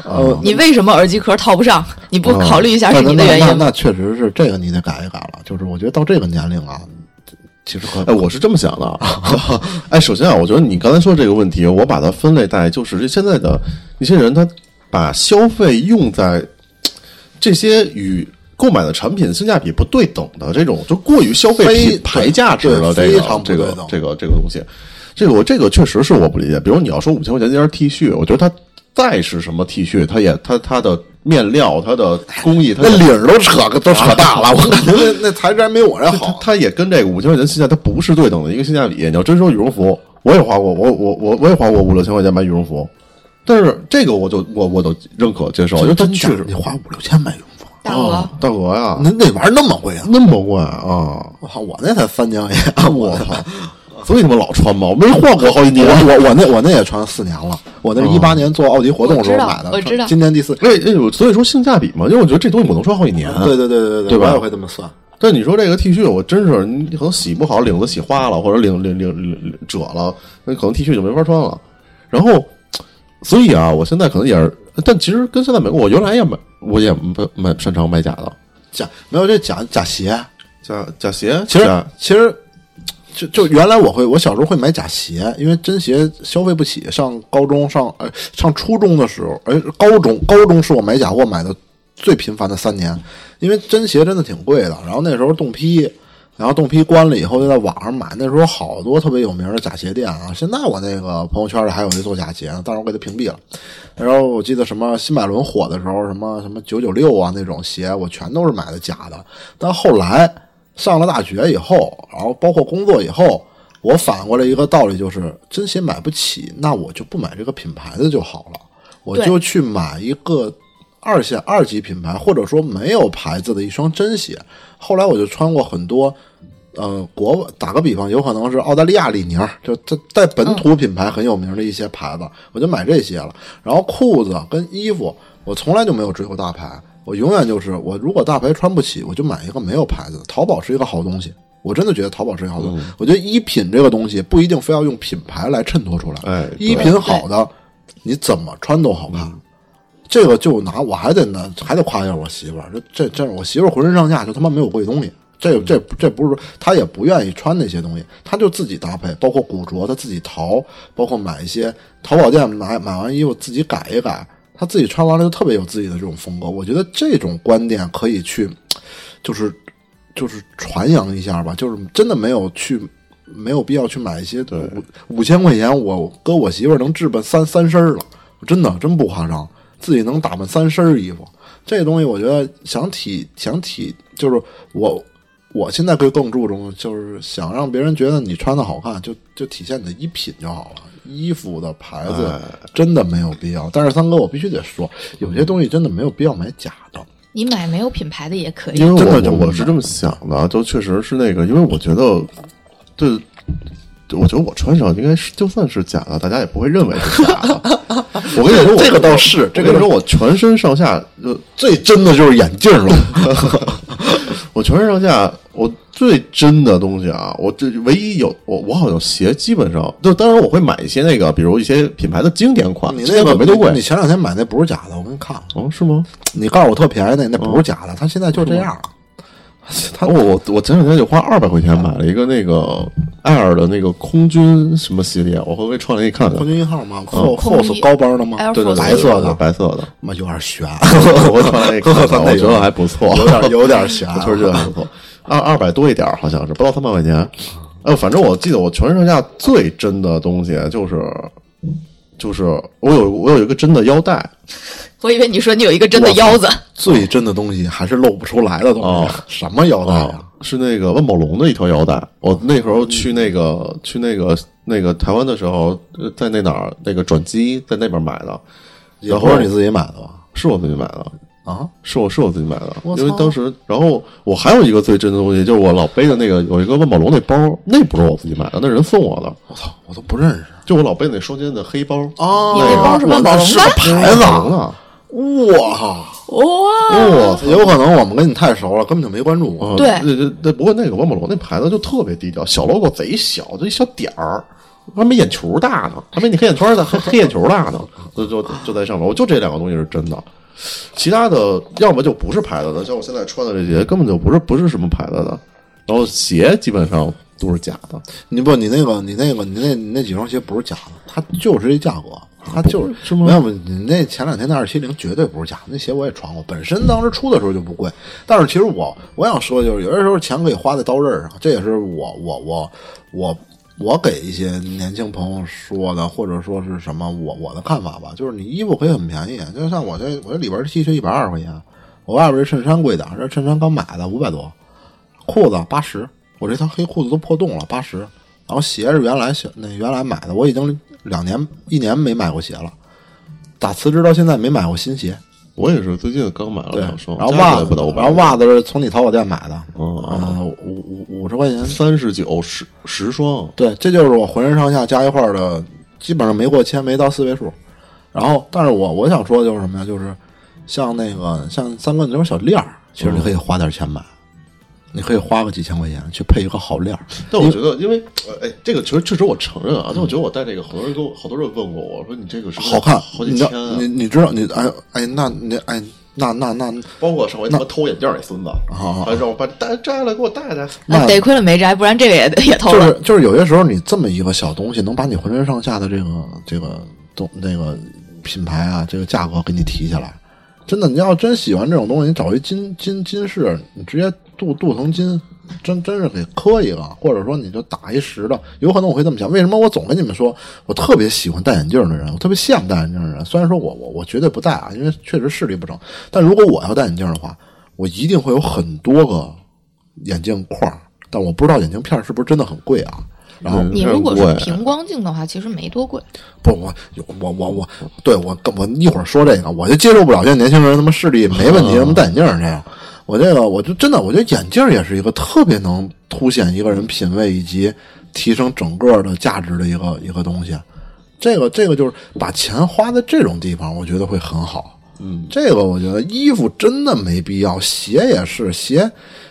你为什么耳机壳套不上？你不考虑一下那是你的那原那因吗？那确实是这个，你得改一改了。就是我觉得到这个年龄啊，其实可哎，我是这么想的啊。哎，首先啊，我觉得你刚才说这个问题，我把它分类在就是这现在的一些人，他把消费用在这些与购买的产品性价比不对等的这种，就过于消费非品牌价值了。对这个非常不这对个等这个这个东西，这个我这个确实是我不理解。比如你要说五千块钱一件 T 恤，我觉得它再是什么 T 恤，它也它它的面料、它的工艺、它的那领儿都扯个都扯大 了，我感觉那那材质还没我这它好。它也跟这个五千块钱性价，它不是对等的一个性价比。你要真说羽绒服，我也花过，我我我我也花过五六千块钱买羽绒服，但是这个我就我我都认可接受，因为它真确假实你花五六千买羽绒服，大鹅啊，大鹅呀，那那玩意儿那么贵啊！那么贵啊！我操，我那才三千块钱， 我操！所以他妈老穿嘛，我没换过好几年我。我我那我那也穿四年了，我那是一八年做奥迪活动时候哦我知道买的，我知道今年第四。那那哎所以说性价比嘛，因为我觉得这东西我能穿好几年。对对对对嗯对对吧我也会这么算。但你说这个 T 恤，我真是你可能洗不好，领子洗花了，或者领领领领领褶了，那可能 T 恤就没法穿了。然后，所以啊，我现在可能也是，但其实跟现在美国，我原来也买，我也不买擅长买假的，假没有这假假鞋，假假鞋，其实假其实就就原来我会，我小时候会买假鞋，因为真鞋消费不起。上高中上呃上初中的时候，呃高中高中是我买假货买的最频繁的三年，因为真鞋真的挺贵的。然后那时候冻批。然后冻批关了以后，就在网上买。那时候好多特别有名的假鞋店啊。现在我那个朋友圈里还有一做假鞋呢，但是我给他屏蔽了。然后我记得什么新百伦火的时候，什么什么九九六啊那种鞋，我全都是买的假的。但后来上了大学以后，然后包括工作以后，我反过来一个道理就是，真鞋买不起，那我就不买这个品牌的就好了，我对就去买一个二线二级品牌或者说没有牌子的一双真鞋。后来我就穿过很多。呃，国外打个比方，有可能是澳大利亚李宁，就它在本嗯土品牌很有名的一些牌子，我就买这些了。然后裤子跟衣服，我从来就没有追求大牌，我永远就是我如果大牌穿不起，我就买一个没有牌子的。淘宝是一个好东西，我真的觉得淘宝是一个好嗯东西。我觉得衣品这个东西不一定非要用品牌来衬托出来，哎对嗯衣品好的，你怎么穿都好看。这个就拿我还得拿还得夸一下我媳妇儿，这这这我媳妇儿浑身上下就他妈没有贵东西，这这这不是说她也不愿意穿那些东西，她就自己搭配，包括古着她自己淘，包括买一些淘宝店买买完衣服自己改一改，她自己穿完了就特别有自己的这种风格。我觉得这种观点可以去，就是就是传扬一下吧，就是真的没有去。没有必要去买一些五五千块钱，我搁我媳妇儿能置办三三身儿了，真的真不夸张，自己能打扮三身儿衣服，这东西我觉得想体想体，就是我我现在会更注重，就是想让别人觉得你穿的好看，就就体现你的衣品就好了。衣服的牌子真的没有必要，但是三哥，我必须得说，有些东西真的没有必要买假的。你买没有品牌的也可以因。为真的我就我不我是是这么想的，就确实是那个，因为我觉得，对，对我觉得我穿上应该是就算是假的，大家也不会认为是假的。 我跟你说，我嗯这个倒是这我个跟你说，我全身上下就最真的就是眼镜 了，我全身上下，我最真的东西啊，我这唯一有我我好像鞋基本上就当然我会买一些那个，比如一些品牌的经典款，你经那典个款没多贵你。前两天买那不是假的，我给你看了，哦，是吗？你告诉我特便宜那那不是假的，它现在就这样了。他哦我我我前两天就花二百块钱买了一个那个爱尔的那个空军什么系列，我回回穿来给你看看空。军一号吗？后空后军是高帮的吗？ Air 对对，对 Force 嗯白色的白色的， 妈有点悬， 我穿来给你看看，我觉得还不错，有点有点悬啊 我。确实觉得还不错。二二百多一点儿，好像是不到三百块钱。呃，反正我记得我全身上下最真的东西就是就是我有我有一个真的腰带我以为你说你有一个真的腰子，最真的东西还是露不出来的东西，哦什么腰带啊啊？，嗯是那个万宝龙的一条腰带。我那时候去那个、去那个那个台湾的时候，呃在那哪儿那个转机在那边买的，也不是你自己买的吧？是我自己买的。啊，是我是我自己买的，我操因为当时，然后我还有一个最真的东西，就是我老背的那个有一个万宝龙那包，那不是我自己买的，那人送我的，我操，我都不认识就我老背那双肩的黑包，哦你那包是万宝龙是个吗牌子万宝龙啊，的，哇！ 哇，哇，也有可能我们跟你太熟了，根本就没关注过。啊对那那那不过那个万宝龙那牌子就特别低调，小 logo 贼小，就一小点儿，还没眼球大呢，还没你黑眼圈的黑黑眼球大呢，就就就在上面。我就这两个东西是真的，其他的要么就不是牌子的，像我现在穿的这些根本就不是不是什么牌子的，然后鞋基本上都是假的，你不，你那个，你那个，你那你那几双鞋不是假的，它就是这价格，它就是是吗没有，你那前两天那二七零绝对不是假的，那鞋我也穿过，本身当时出的时候就不贵。但是其实我我想说，就是有的时候钱可以花在刀刃上，这也是我我我我我给一些年轻朋友说的，或者说是什么我我的看法吧，就是你衣服可以很便宜，就像我这我这里边的 T 恤一百二十块钱，我外边这衬衫贵点儿，这衬衫刚买的五百多，裤子八十，我这条黑裤子都破洞了，八十。然后鞋是原来小那原来买的，我已经两年一年没买过鞋了，打辞职到现在没买过新鞋。我也是最近刚买了对，两双，然后袜不子到五，百，然后袜子是从你淘宝店买的，嗯啊，五五五十块钱。三十九十十双，对，这就是我浑身上下加一块儿的，基本上没过千，没到四位数。然后，但是我我想说的就是什么呀？就是像那个像三哥你这种小链儿，其实你可以花点钱买，你可以花个几千块钱去配一个好链儿。但我觉得，因为呃哎，这个其实确实我承认啊，但我觉得我戴这个，很多人跟我好多人问过我说你这个是不是好看，好几你知千道啊，你你知道你哎哎，那你哎那那那包括上回他妈偷眼镜儿那啊孙子，好还让我把摘摘下来给我戴戴。那得亏了没摘，不然这个也也偷就了。是就是有些时候你这么一个小东西，能把你浑身上下的这个这个东那个品牌啊，这个价格给你提起来。真的，你要真喜欢这种东西，你找一金金金饰，你直接镀镀层金，真真是给磕一个，或者说你就打一实的。有可能我会这么想，为什么我总跟你们说，我特别喜欢戴眼镜的人，我特别羡慕戴眼镜的人。虽然说我我我绝对不戴啊，因为确实视力不整。但如果我要戴眼镜的话，我一定会有很多个眼镜框儿，但我不知道眼镜片儿是不是真的很贵啊。然后你如果我是也平光镜的话，其实没多贵。不，我我我我，对我跟我一会儿说这个，我就接受不了现在年轻人他妈视力没问题，他妈戴眼镜儿这样。我这个，我就真的，我觉得眼镜儿也是一个特别能凸显一个人品味以及提升整个的价值的一个一个东西。这个这个就是把钱花在这种地方，我觉得会很好。嗯，这个我觉得衣服真的没必要，鞋也是鞋，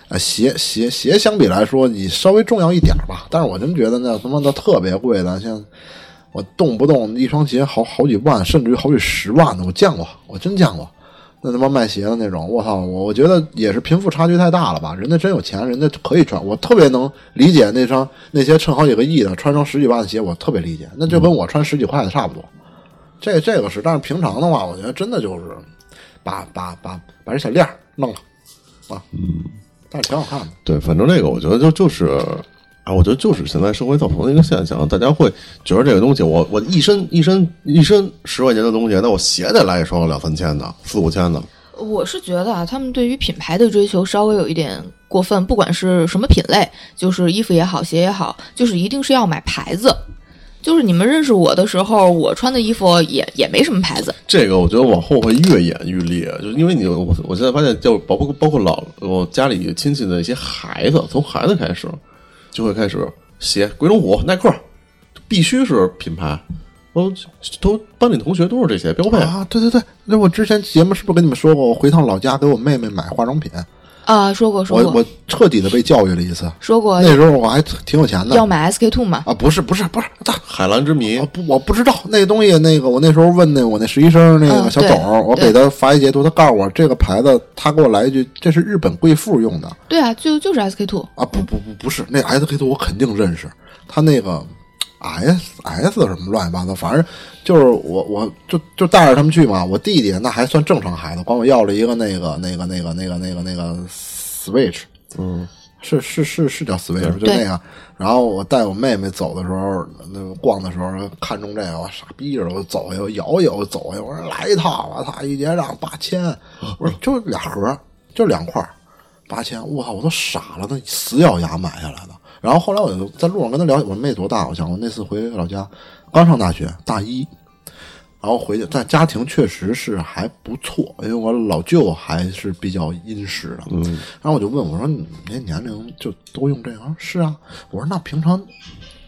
啊鞋鞋鞋相比来说你稍微重要一点儿吧。但是我真觉得那他妈的特别贵的，像我动不动一双鞋好好几万，甚至于好几十万的，我见过，我真见过。那他妈卖鞋的那种，我操！我我觉得也是贫富差距太大了吧？人家真有钱，人家可以穿。我特别能理解那双那些趁好几个亿的穿双十几万的鞋，我特别理解。那就跟我穿十几块的差不多。这这个是，但是平常的话，我觉得真的就是把把把把这小链儿弄了啊，嗯，但是挺好看的。对，反正这个我觉得就就是啊，我觉得就是现在社会造成的一个现象，大家会觉得这个东西，我我一身一身一身十块钱的东西，那我鞋得来一双两三千的，四五千的。我是觉得啊，他们对于品牌的追求稍微有一点过分，不管是什么品类，就是衣服也好，鞋也好，就是一定是要买牌子。就是你们认识我的时候，我穿的衣服也也没什么牌子，这个我觉得往后会越演愈烈，就是因为你我我现在发现，就包括包括老我家里亲戚的一些孩子，从孩子开始就会开始鞋鬼冢虎、耐克，必须是品牌。我都班里同学都是这些标配，啊，对对对，那我之前节目是不是跟你们说过，我回趟老家给我妹妹买化妆品，啊、说过说我过我彻底的被教育了一次。说过那时候我还挺有钱的哎要买 SK two 嘛，啊，不是不是不是，大海蓝之谜我不我不知道那个东西，那个我那时候问那我那实习生那个嗯小对狗儿，我给他发一截图，他告诉我这个牌子，他给我来一句这是日本贵妇用的对啊，就就是 SK two，啊，不不不不是，那 SK 图我肯定认识，他那个 S S 什么乱七八糟，反正就是我我就就带着他们去嘛，我弟弟那还算正常孩子，管我要了一个那个那个那个那个那个那个 Switch，嗯，是是是是叫 Switch 就对那样。然后我带我妹妹走的时候，那个逛的时候看中这个，我傻逼着我走下去，我摇一摇我走下去，我说来一套，我操，一结账八千，我说就俩盒，就两块儿，八千，我靠，我都傻了，那死咬牙买下来的。然后后来我就在路上跟她聊，我妹多大？我想我那次回老家刚上大学，大一。然后回去，但家庭确实是还不错，因为我老舅还是比较殷实的。嗯，然后我就问我说：“你们这年龄就都用这个？”他说：“是啊。”我说：“那平常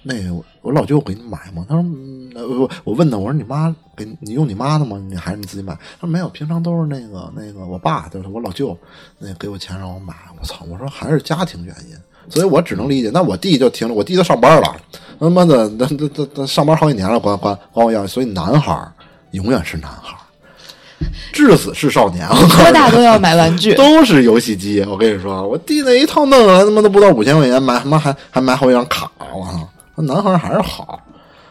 那个我我老舅给你买吗？”他说：“嗯呃我我问他，我说你妈给你你用你妈的吗？你还是你自己买？”他说：“没有，平常都是那个那个我爸，就是我老舅，那给我钱让我买。”我操！我说还是家庭原因。所以我只能理解。那我弟就停了，我弟都上班了，他妈的，那那那那上班好几年了，管管管我要。所以男孩儿永远是男孩儿，至死是少年。我啊告诉多你大都要买玩具。都是游戏机。我跟你说，我弟那一套弄来他妈都不到五千块钱，买他妈还还买好几张卡，我操！那男孩还是好。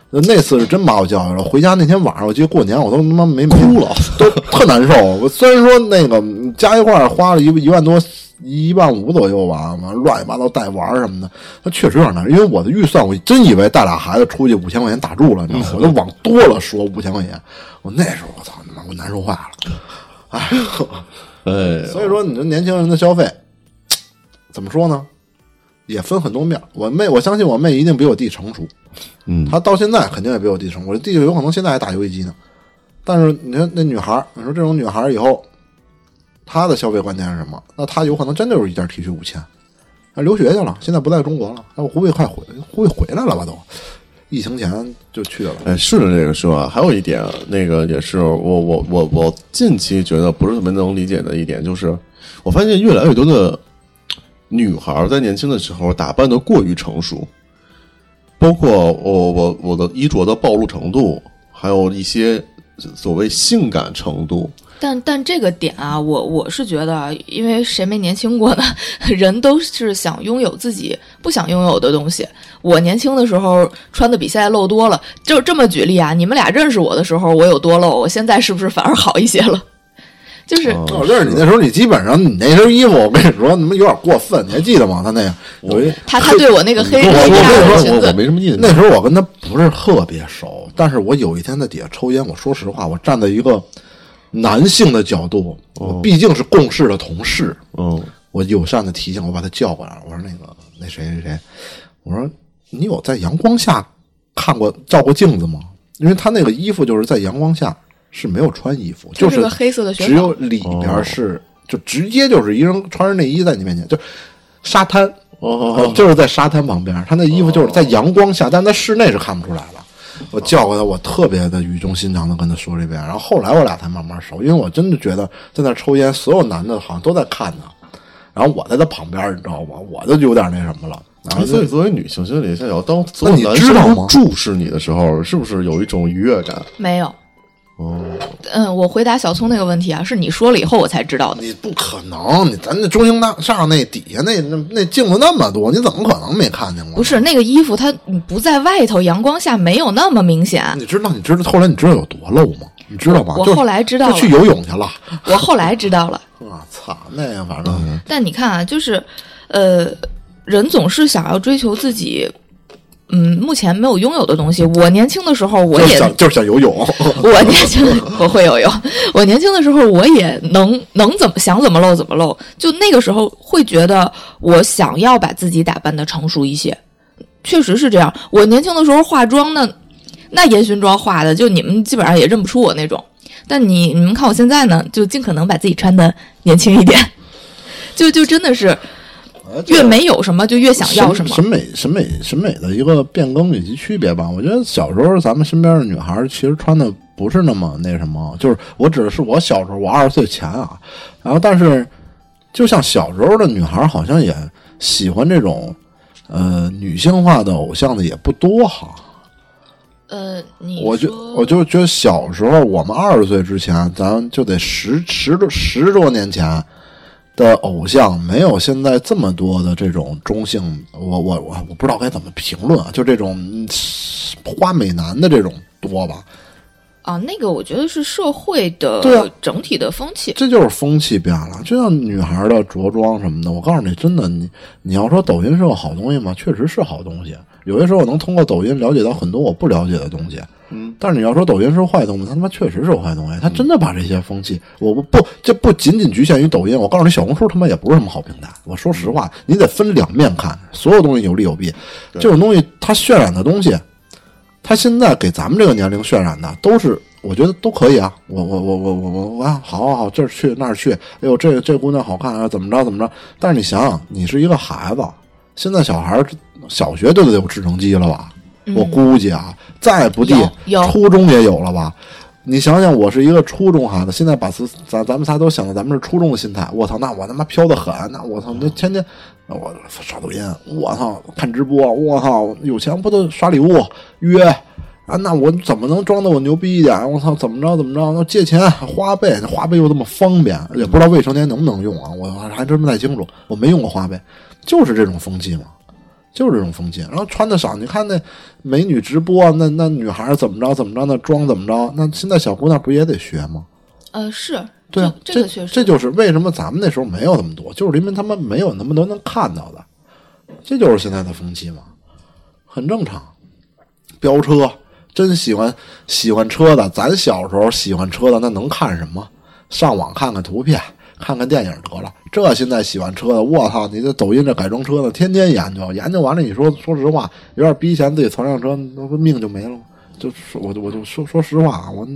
那次是真把我教育了。回家那天晚上，我记得过年，我都他妈没哭了，都特难受。我虽然说那个嗯加一块儿花了一一万多、一万五左右吧，完了乱七八糟带玩儿什么的，那确实有点难。因为我的预算，我真以为带俩孩子出去五千块钱打住了，你知道吗？我都往多了说五千块钱。我那时候我操你妈，我难受坏了。哎呦，哎，所以说，你说年轻人的消费，怎么说呢？也分很多面儿。我妹，我相信我妹一定比我弟成熟。嗯她到现在肯定也比我弟成熟。我弟有可能现在还打游戏机呢。但是你说那女孩儿，你说这种女孩儿以后，她的消费观念是什么？那她有可能真就是一件 T 恤五千。啊，留学去了，现在不在中国了。那我估计快回，估计回来了吧都。疫情前就去了。哎，顺着这个说啊，还有一点啊，那个也是我我我我近期觉得不是特别能理解的一点，就是我发现越来越多的女孩儿在年轻的时候打扮的过于成熟，包括我我我的衣着的暴露程度，还有一些所谓性感程度，但但这个点啊，我我是觉得啊，因为谁没年轻过呢？ 人都是想拥有自己不想拥有的东西。我年轻的时候穿的比现在露多了，就这么举例啊。你们俩认识我的时候，我有多露，我现在是不是反而好一些了？就是、哦我认识你那时候，你基本上你那身衣服，我跟你说，他妈有点过分。你还记得吗？他那个有一他他对我那个黑哦我黑我我纱的我裙我我子，没什么印那象，时候我跟他不是特别熟，但是我有一天在底下抽烟，我说实话，我站在一个男性的角度，我毕竟是共事的同事，嗯，我友善的提醒我把他叫过来了，我说那个那谁谁谁，我说你有在阳光下看过照过镜子吗？因为他那个衣服就是在阳光下是没有穿衣服，就是个黑色的只雪有纺，里哦边是、就直接就是一人穿着内衣在你面前，就沙滩。呃哦，就是在沙滩旁边，他那衣服就是在阳光下，但在室内是看不出来的。我叫过他，我特别的语重心长的跟他说这遍，然后后来我俩才慢慢熟，因为我真的觉得在那抽烟，所有男的好像都在看他，然后我在他旁边，你知道吗？我都有点那什么了。然后啊所以作为女性心理，像小当所那有你男知生道都吗注视你的时候，是不是有一种愉悦感？没有。哦，嗯，我回答小聪那个问题啊，是你说了以后我才知道的。你不可能，你咱那中兴大厦那底下那那那镜子那么多，你怎么可能没看见过？不是那个衣服，它你不在外头阳光下没有那么明显。你知道你知道后来你知道有多漏吗？你知道吗？我就是后来知道就去了游泳去了。我后来知道了，我操，那个反正。但你看啊，就是，呃，人总是想要追求自己，嗯，目前没有拥有的东西。我年轻的时候，我就是也，想就是想游泳，我年轻，我会游泳。我年轻的时候，我也能能怎么想怎么露怎么露。就那个时候会觉得，我想要把自己打扮的成熟一些，确实是这样。我年轻的时候化妆呢，那烟熏妆化的，就你们基本上也认不出我那种。但你你们看我现在呢，就尽可能把自己穿的年轻一点， 就就真的是越没有什么就越想要什么审。美审美审美的一个变更以及区别吧。我觉得小时候咱们身边的女孩儿其实穿的不是那么那什么，就是我指的是我小时候，我二十岁前啊。然后但是就像小时候的女孩儿好像也喜欢这种呃女性化的偶像的也不多哈。呃，你我就说我就觉得小时候我们二十岁之前，咱就得十十多十多年前的偶像，没有现在这么多的这种中性，我我我我不知道该怎么评论啊，就这种嗯花美男的这种多吧。啊，那个我觉得是社会对啊的整体的风气。这就是风气变了，就像女孩的着装什么的，我告诉你，真的，你你要说抖音是个好东西吗？确实是好东西，有些时候我能通过抖音了解到很多我不了解的东西。嗯，但是你要说抖音是坏东西，它他妈确实是坏东西，它真的把这些风气，我不不，这不仅仅局限于抖音，我告诉你，小红书他妈也不是什么好平台。我说实话，你得分两面看，所有东西有利有弊，这种东西它渲染的东西，他现在给咱们这个年龄渲染的都是，我觉得都可以啊。我我我我我我啊，好好好，这儿去那儿去，哎呦，这这姑娘好看啊，怎么着怎么着。但是你想想，你是一个孩子，现在小孩儿小学就得有智能机了吧？我估计啊，再不济嗯有有初中也有了吧？你想想，我是一个初中孩子，现在把咱咱咱们仨都想到咱们是初中的心态，我操，那我他妈飘的很，那我操，那天天我刷抖音，我操，看直播，我操，有钱不都刷礼物约啊？那我怎么能装的我牛逼一点？我操，怎么着怎么着？那借钱花呗，那花呗又这么方便，也不知道未成年能不能用啊？我还真不太清楚，我没用过花呗，就是这种风气嘛。就是这种风气。然后穿的少，你看那美女直播，那那女孩儿怎么着怎么着，那妆怎么着，那现在小姑娘不也得学吗？呃，是，对啊，这这个确实，这就是为什么咱们那时候没有那么多，就是因为他们没有那么多能看到的，这就是现在的风气嘛，很正常。飙车，真喜欢喜欢车的，咱小时候喜欢车的，那能看什么？上网看看图片，看看电影得了。这现在喜欢车的，我操，你这抖音这改装车的，天天研究，研究完了，你说说实话，有点逼钱自己攒辆车，那不命就没了吗？就是我就我就说说实话啊，我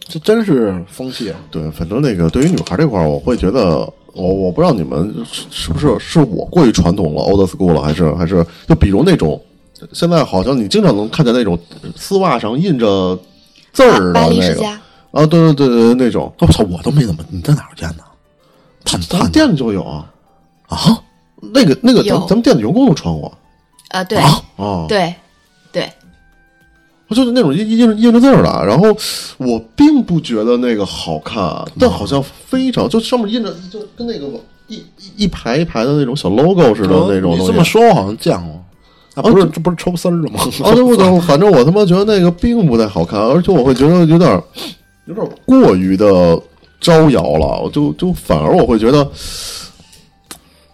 这真是风气。啊对，反正那个对于女孩这块儿，我会觉得，我我不知道你们是是不是是我过于传统了，old school 了，还是还是就比如那种，现在好像你经常能看见那种丝袜上印着字儿巴的黎那世个家啊，对对对对，那种我操，我都没怎么，你在哪儿见的？探咱们探店里就有啊，啊？那个那个咱有咱们店里员工都穿过啊，对啊，对对，就是那种印印印着字儿的，然后我并不觉得那个好看，啊嗯但好像非常就上面印着就跟那个一一一排一排的那种小 logo 似的那种东哦西。你这么说，我好像见过。啊，不是，这不是抽丝儿吗？啊，对 不对？反正我他妈觉得那个并不太好看，而且我会觉得有点儿有点儿过于的招摇了，我就就反而我会觉得，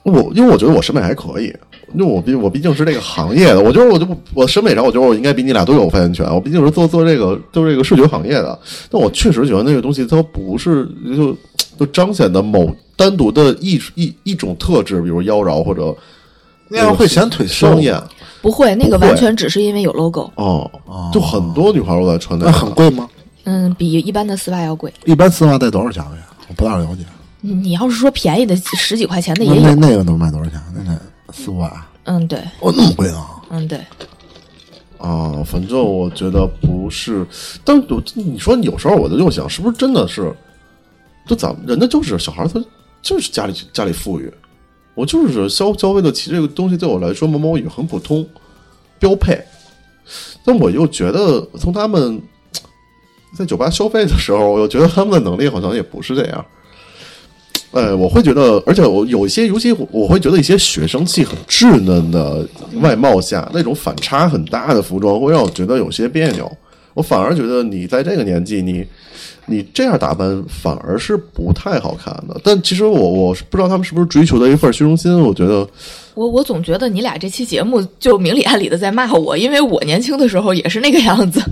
我因为我觉得我审美还可以。因为我毕我毕竟是这个行业的，我觉得我就不我审美上，我觉得我应该比你俩都有发言权。我毕竟是做做这个做这个视觉行业的，但我确实觉得那个东西它不是就就彰显的某单独的一一一种特质，比如妖娆或者那样会显腿瘦双眼不会，那个不会完全只是因为有 logo，哦，就很多女孩都在穿那那个，很贵吗？嗯，比一般的丝袜要贵。一般丝袜带多少钱呀？我不大了解。你你要是说便宜的十几块钱的那也那有，那个能卖多少钱？那那丝袜，嗯，对，哦，那么贵啊？嗯，对，啊，反正我觉得不是，但我你说有时候我就又想，是不是真的是，就咱们人家就是小孩儿，他就是家里家里富裕，我就是消消费得起这个东西，对我来说毛毛雨很普通，标配。但我又觉得从他们在酒吧消费的时候，我又觉得他们的能力好像也不是这样。呃，我会觉得，而且我有一些，尤其我我会觉得一些学生气很稚嫩的外貌下，那种反差很大的服装会让我觉得有些别扭。我反而觉得你在这个年纪，你你这样打扮反而是不太好看的。但其实我我是不知道他们是不是追求的一份虚荣心，我觉得我我总觉得你俩这期节目就明里暗里的在骂我，因为我年轻的时候也是那个样子。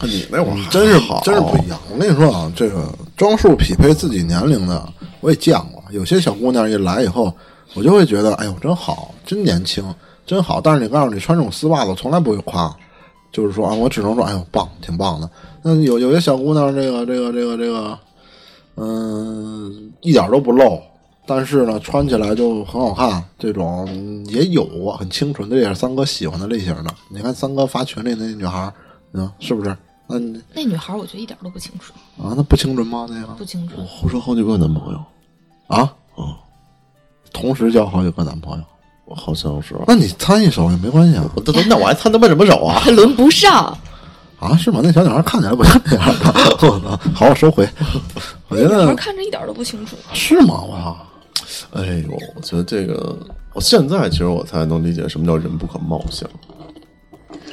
你那会儿真是好，真是不一样。我跟你说啊，这个装束匹配自己年龄的，我也见过。有些小姑娘一来以后，我就会觉得，哎呦，真好，真年轻，真好。但是你告诉你穿这种丝袜子，我从来不会夸，就是说啊，我只能说，哎呦，棒，挺棒的。那有有些小姑娘，这个这个这个这个，嗯，一点都不露。但是呢，穿起来就很好看，这种嗯也有过很清纯的，这也是三哥喜欢的类型的。你看三哥发群里那女孩儿，嗯，是不是？那你那女孩我觉得一点都不清楚，啊，那不清纯吗？那个不清楚。胡说好几个男朋友，啊，哦，同时交好几个男朋友，我好像是。那你参一手也没关系啊我那那我还参他妈什么手啊？还轮不上，啊，是吗？那小女孩看起来不像那样 的，我操！好，我收回。我觉女孩得看着一点都不清楚。是吗？我操！哎呦，我觉得这个，我现在其实我才能理解什么叫人不可貌相。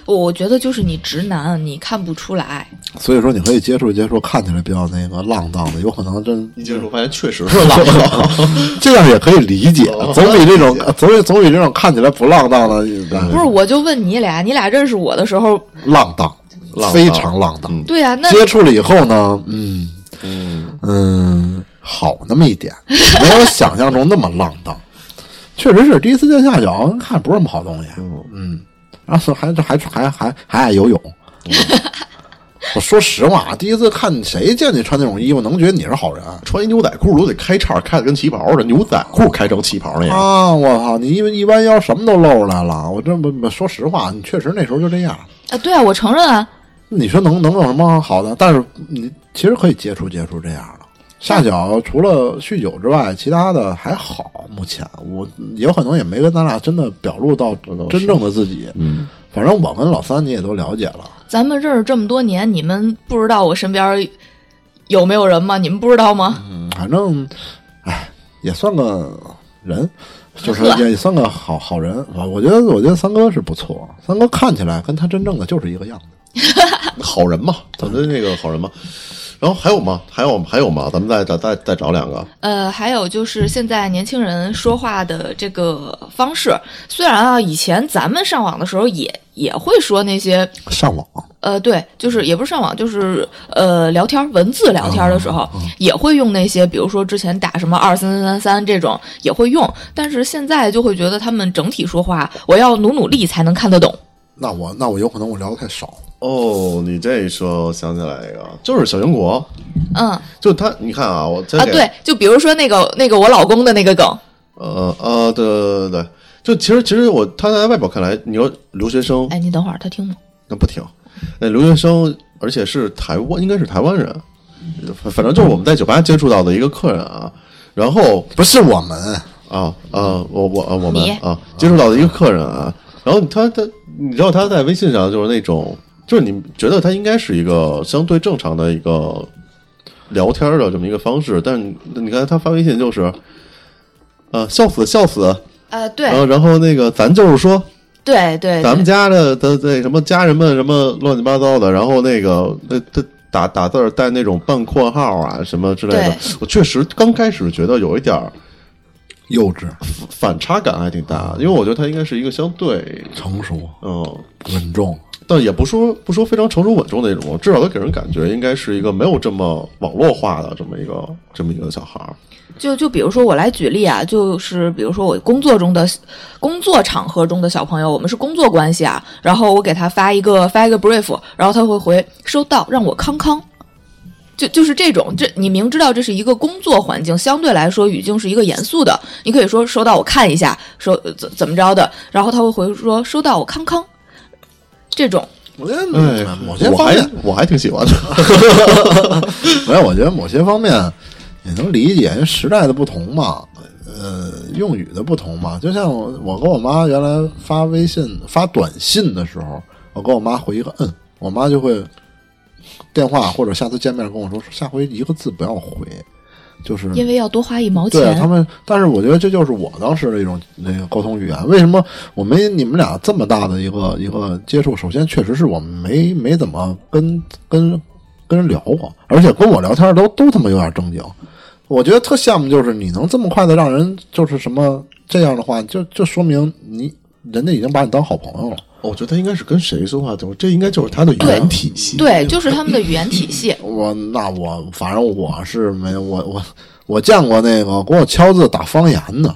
我我觉得就是你直男，你看不出来。所以说你可以接触接触，看起来比较那个浪荡的，有可能真一接触发现确实是浪荡， 这样也可以理解，哦总比这种总比总比这种看起来不浪荡的不嗯是，我就问你俩，你俩认识我的时候，浪荡浪荡，非常浪荡。嗯对啊，那接触了以后呢，嗯嗯，好那么一点，没有想象中那么浪 荡。确实是第一次见下脚，看不是什么好东西。嗯，然后还还还还还爱游 泳。我说实话，第一次看谁见你穿那种衣服，能觉得你是好人？穿一牛仔裤都得开叉，开的跟旗袍似的，牛仔裤开成旗袍那样。啊！我操，你一一弯腰什么都露出来了。我这不不说实话，你确实那时候就这样。啊，对啊，我承认啊，你说能能有什么好的？但是你其实可以接触接触这样的。下脚除了酗酒之外，其他的还好。目前我有可能也没跟咱俩真的表露到真正的自己。嗯，反正我跟老三你也都了解了。咱们认识这么多年，你们不知道我身边有没有人吗？你们不知道吗？嗯，反正，哎，也算个人，就是也算个好好人。我我觉得我觉得三哥是不错，三哥看起来跟他真正的就是一个样子。好人嘛，咱们那个好人嘛。然后还有吗？还有还有吗？咱们再再再再找两个。呃，还有就是现在年轻人说话的这个方式，虽然啊，以前咱们上网的时候也也会说那些，上网，呃，对，就是也不是上网，就是呃聊天儿文字聊天儿的时候、也会用那些，比如说之前打什么二三三三三这种也会用，但是现在就会觉得他们整体说话，我要努努力才能看得懂。那我那我有可能我聊的太少。哦，你这一说，我想起来一个，就是小英国，嗯啊，就他，你看啊，我再给对，就比如说那个那个我老公的那个梗，呃呃，对对对对，就其实其实我他在外表看来，你说留学生哎，你等会儿他听吗？那不挺，那留学生，而且是台湾，应该是台湾人，反反正就是我们在酒吧接触到的一个客人啊，然后不是我们，啊啊，我我啊我们你啊接触到的一个客人啊，然后他他你知道他在微信上就是那种，就是你觉得他应该是一个相对正常的一个聊天的这么一个方式，但是你你看他发微信就是，呃，笑死笑死，呃，对然后然后那个咱就是说，对对，咱们对家的的那什么家人们什么乱七八糟的，然后那个那他打打字儿带那种半括号啊什么之类的对，我确实刚开始觉得有一点儿幼稚、反差感还挺大，因为我觉得他应该是一个相对成熟、嗯，稳重。但也不说不说非常成熟稳重的那种，至少他给人感觉应该是一个没有这么网络化的这么一个这么一个小孩儿。就就比如说我来举例啊，就是比如说我工作中的工作场合中的小朋友，我们是工作关系啊，然后我给他发一个发一个 brief，然后他会回收到，让我康康。就就是这种，这你明知道这是一个工作环境，相对来说语境是一个严肃的，你可以说收到我看一下，收呃怎怎么着的，然后他会回说收到我康康，这种我觉得哎，某些我方还面，我还挺喜欢的。没有，我觉得某些方面也能理解，因为时代的不同嘛，呃，用语的不同嘛。就像我我跟我妈原来发微信、发短信的时候，我跟我妈回一个嗯，我妈就会电话或者下次见面跟我说，下回一个字不要回，就是嗯因为要多花一毛对他钱，们，但是我觉得这就是我当时的一种那个沟通语言。为什么我没你们俩这么大的一个一个接触？首先，确实是我没没怎么跟跟跟人聊过，而且跟我聊天都都他妈有点正经。我觉得特羡慕，就是你能这么快的让人就是什么这样的话，就就说明你人家已经把你当好朋友了。 我觉得他应该是跟谁说话，就这应该就是他的语对言体系。对，就是他们的语言体系。我那我反正我是没我我我见过那个给我敲字打方言的，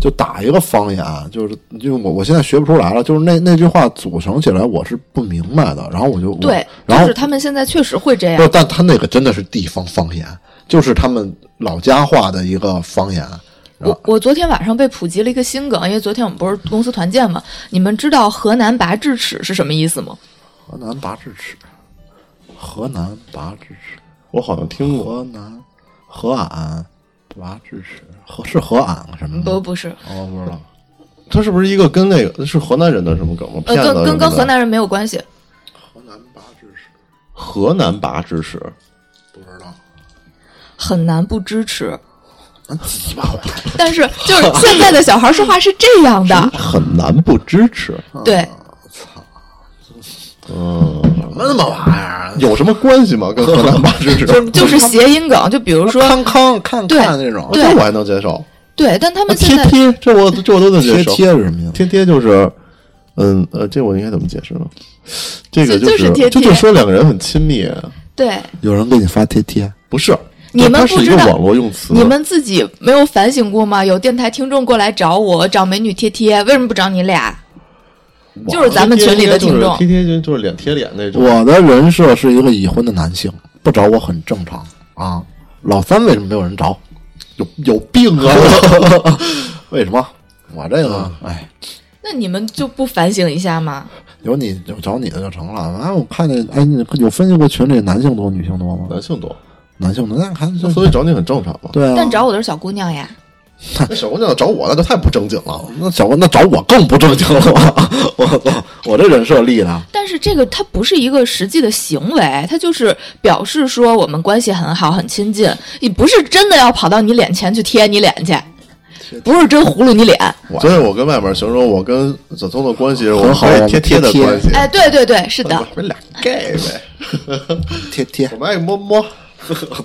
就打一个方言，就是就我我现在学不出来了，就是那那句话组成起来我是不明白的，然后我就我对，就然后是他们现在确实会这样不。是，但他那个真的是地方方言，就是他们老家话的一个方言，我我昨天晚上被普及了一个新梗，因为昨天我们不是公司团建嘛，你们知道河南拔智齿是什么意思吗？河南拔智齿，河南拔智齿，我好像听 过，河南河俺拔智齿，河是河俺什么的不，吗，不是，我不知道。他是不是一个跟那个是河南人的什么梗吗？呃，骗子跟什跟么的跟河南人没有关系。河南拔智齿，河南拔智齿，，不知道。很难不支持，鸡巴玩意儿但是就是现在的小孩说话是这样的很难不支持。对，操！嗯，什么他妈玩意儿？有什么关系吗？跟河南八十尺，就 就是谐音梗，就比如说康康看对看那种对这我还能接受。对，但他那们现贴在贴，这我这我都能接贴受。贴是什么呀？贴贴就是，嗯呃，这我应该怎么解释呢？这个就就是是贴这贴就说两个人很亲密，对有人给你发贴贴，不是？你们它是不一知个道网络用词，你们自己没有反省过吗？有电台听众过来找我，找美女贴贴，为什么不找你俩？就是咱们群里的听众贴贴就是就是脸贴脸那种。我的人设是一个已婚的男性，不找我很正常啊。老三为什么没有人找？有有病 啊！为什么？我这个哎，那你们就不反省一下吗？有你有找你的就成了。啊，我看见哎，你有分析过群里男性多女性多吗？男性多，男性多，那看这所以找你很正常嘛。对啊。但找我的是小姑娘呀，那小姑娘找我那就太不正经了。那找那找我更不正经了 吧？我操，我这人设立的，但是这个它不是一个实际的行为，它就是表示说我们关系很好、很亲近，你不是真的要跑到你脸前去贴你脸去，不是真葫芦你脸。所以我跟外面形容我跟小聪的关系，我很好们贴贴的贴贴关系。哎，对对对，是的我，们俩 gay 呗，贴贴我，们爱摸摸。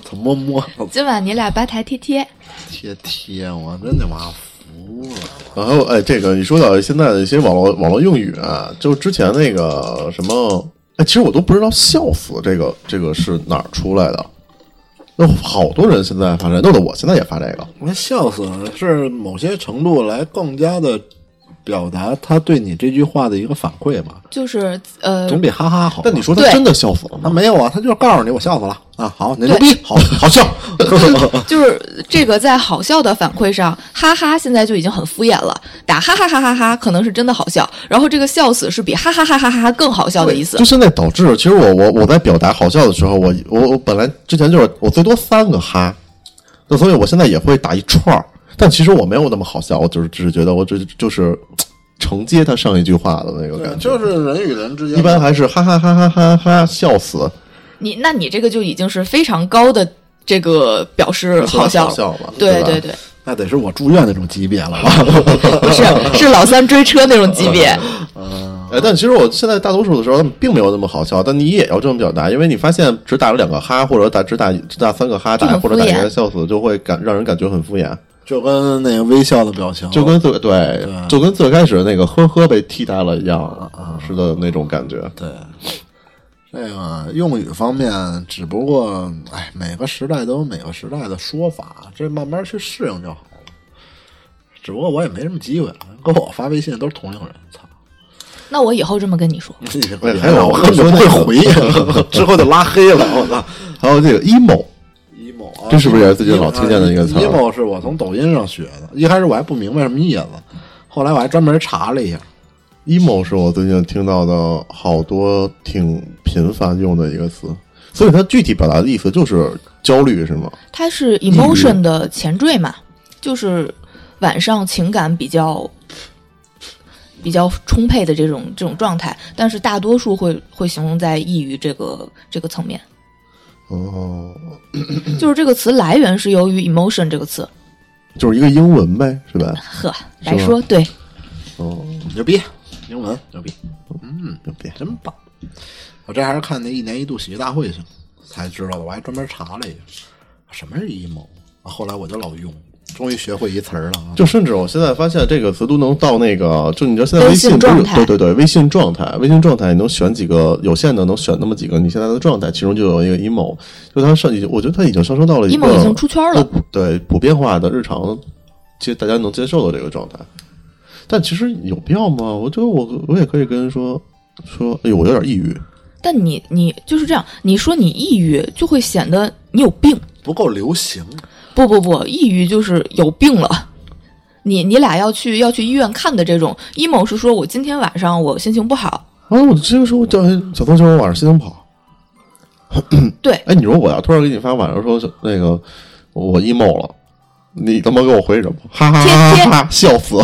怎么摸今晚你俩吧台贴贴，贴贴，我真他妈服了。然后，哎，这个你说到现在的一些网络网络用语啊，就之前那个什么，哎，其实我都不知道“笑死”这个这个是哪儿出来的。那好多人现在发这，弄得我现在也发这个。我笑死了，是某些程度来更加的表达他对你这句话的一个反馈吧，就是呃，总比哈哈好吧。啊但你说他对真的笑死了他吗？没有啊，他就是告诉你我笑死了啊，好， 你牛逼，好好笑。 就是这个在好笑的反馈上，哈哈，现在就已经很敷衍了。打哈哈哈哈哈，可能是真的好笑，然后这个笑死是比哈哈哈哈哈哈更好笑的意思就。现在导致，其实我我我在表达好笑的时候，我我我本来之前就是我最多三个哈，那所以我现在也会打一串儿，但其实我没有那么好笑，我就是只是觉得我只就是承接他上一句话的那个感觉。啊就是人与人之间一般还是哈哈哈哈哈哈笑死，你那你这个就已经是非常高的这个表示 好笑好了。笑嘛，对吧对对，那得是我住院那种级别了吧？不是是老三追车那种级别。啊哎，但其实我现在大多数的时候并没有那么好笑，但你也要这么表达，因为你发现只打了两个哈，或者打只打只打三个哈，就打很或者打一敷个衍笑死，就会感让人感觉很敷衍， 就跟那个微笑的表情，就跟最对，就跟最开始那个呵呵被替代了一样，是的那种感觉。对，这个用语方面，只不过哎，每个时代都有每个时代的说法，这慢慢去适应就好了。只不过我也没什么机会了，跟我发微信都是同龄人，操！ 那我以后这么跟你说， 哎还有我根本不会回， 之后就拉黑了，我操还有这个 emo， ！emo 啊，这是不是也是最近老听见的一个词儿 emo 是我从抖音上学的，一开始我还不明白什么意思，后来我还专门查了一下。 emo 是我最近听到的好多挺频繁用的一个词，所以它具体表达的意思就是焦虑，是吗？它是嗯 emotion 的前缀嘛，就是晚上情感比较比较充沛的这种这种状态，但是大多数会会形容在抑郁这个这个层面。哦，就是这个词来源是由于 emotion 这个词，就是一个英文呗，是吧？呵，是来吗说对，哦，牛逼，英文牛逼，牛逼！真棒！我这还是看那一年一度喜剧大会去才知道的，我还专门查了一下什么是 emo。后啊来我就老用，终于学会一词儿了啊！就甚至我现在发现这个词都能到那个，就你知道现在微信微信不是状态对对对，微信状态，微信状态你能选几个有限的，能选那么几个你现在的状态，其中就有一个 emo，就它上已经，我觉得它已经上升到了一个 emo 已经出圈了呃对普遍化的日常，其实大家能接受的这个状态。但其实有必要吗？我觉得我我也可以跟人说说，哎呦，我有点抑郁，但你你就是这样，你说你抑郁就会显得你有病，不够流行，不不不，抑郁就是有病了。你你俩要去要去医院看的这种，emo 是说我今天晚上我心情不好，啊，我这个时候叫小同学，我晚上心情不好。对 哎，你说我要突然给你发晚上说是那个我 emo 了，你他妈给我回什么？哈哈哈哈哈， 笑死！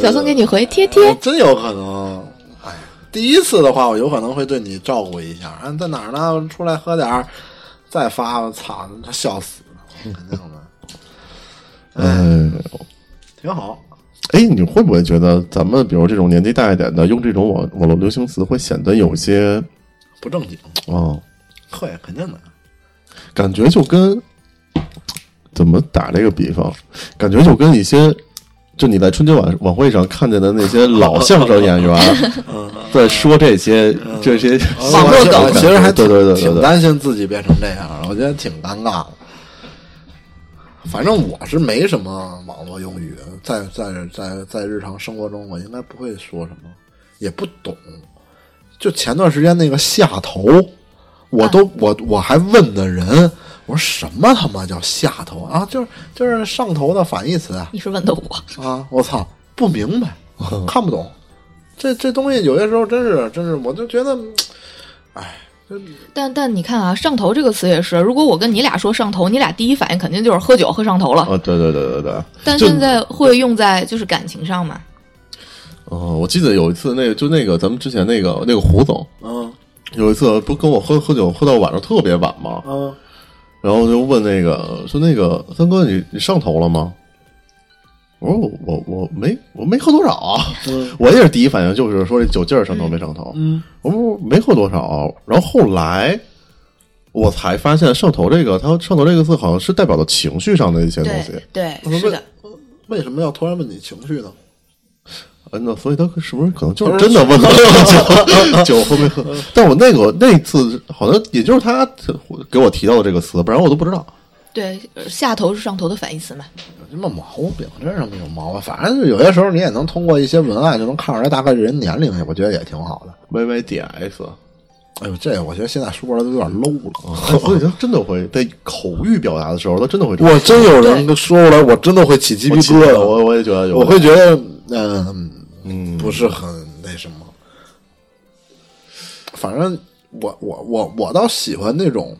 小宋给你回贴贴，真有可能。哎，第一次的话，我有可能会对你照顾一下。啊，在哪儿呢？出来喝点儿，再发，我操，他 笑死了，肯定的，哎，挺好。哎，你会不会觉得咱们比如这种年纪大一点的，用这种网网络流行词会显得有些不正经，哦，会肯定的。感觉就跟怎么打这个比方，感觉就跟一些。就你在春节晚晚会上看见的那些老相声 演员在说这些这些嗯网络我梗其实还挺对对对对挺对，担心自己变成这样的，我觉得挺尴尬的。反正我是没什么网络用语，在在在在日常生活中，我应该不会说什么，也不懂。就前段时间那个下头，我都、我我还问的人，我说什么他妈叫下头啊？就是就是上头的反义词啊。你是问的我，啊！我操，不明 白，看不懂。这这东西有些时候真是真是，我就觉得，嗯哎，但但你看啊，上头这个词也是，如果我跟你俩说上头，你俩第一反应肯定就是喝酒喝上头了。啊，对对对对对。但就现在会用在就是感情上嘛？哦，我记得有一次，那个就那个咱们之前那个那个胡总，嗯有一次不跟我喝喝酒，喝到晚上特别晚嘛，嗯，然后就问那个说那个三哥你你上头了吗？我说我我我没我没喝多少啊，嗯我也是第一反应就是说这酒劲儿上头没上头，嗯，我说我没喝多少啊，然后后来我才发现上头这个，它上头这个字好像是代表了情绪上的一些东西，对我说为。为什么要突然问你情绪呢？嗯，那所以他是不是可能嗯就是真的问 了酒酒喝没喝？但我那个那次好像也就是他给我提到的这个词，不然我都不知道。对，呃下头是上头的反义词嘛？有什么毛病？真是没有毛病。反正有些时候你也能通过一些文案就能看出来大概这人年龄，我觉得也挺好的。 Y Y D S，哎呦，这我觉得现在书包都有点 low 了。 所以他真的会在口语表达的时候，他真的会这么我真有人说出来，我真的会起鸡皮我记疙得瘩。我我也觉得有，我会觉得，嗯、嗯不是很那什么。反正我我我我倒喜欢那种，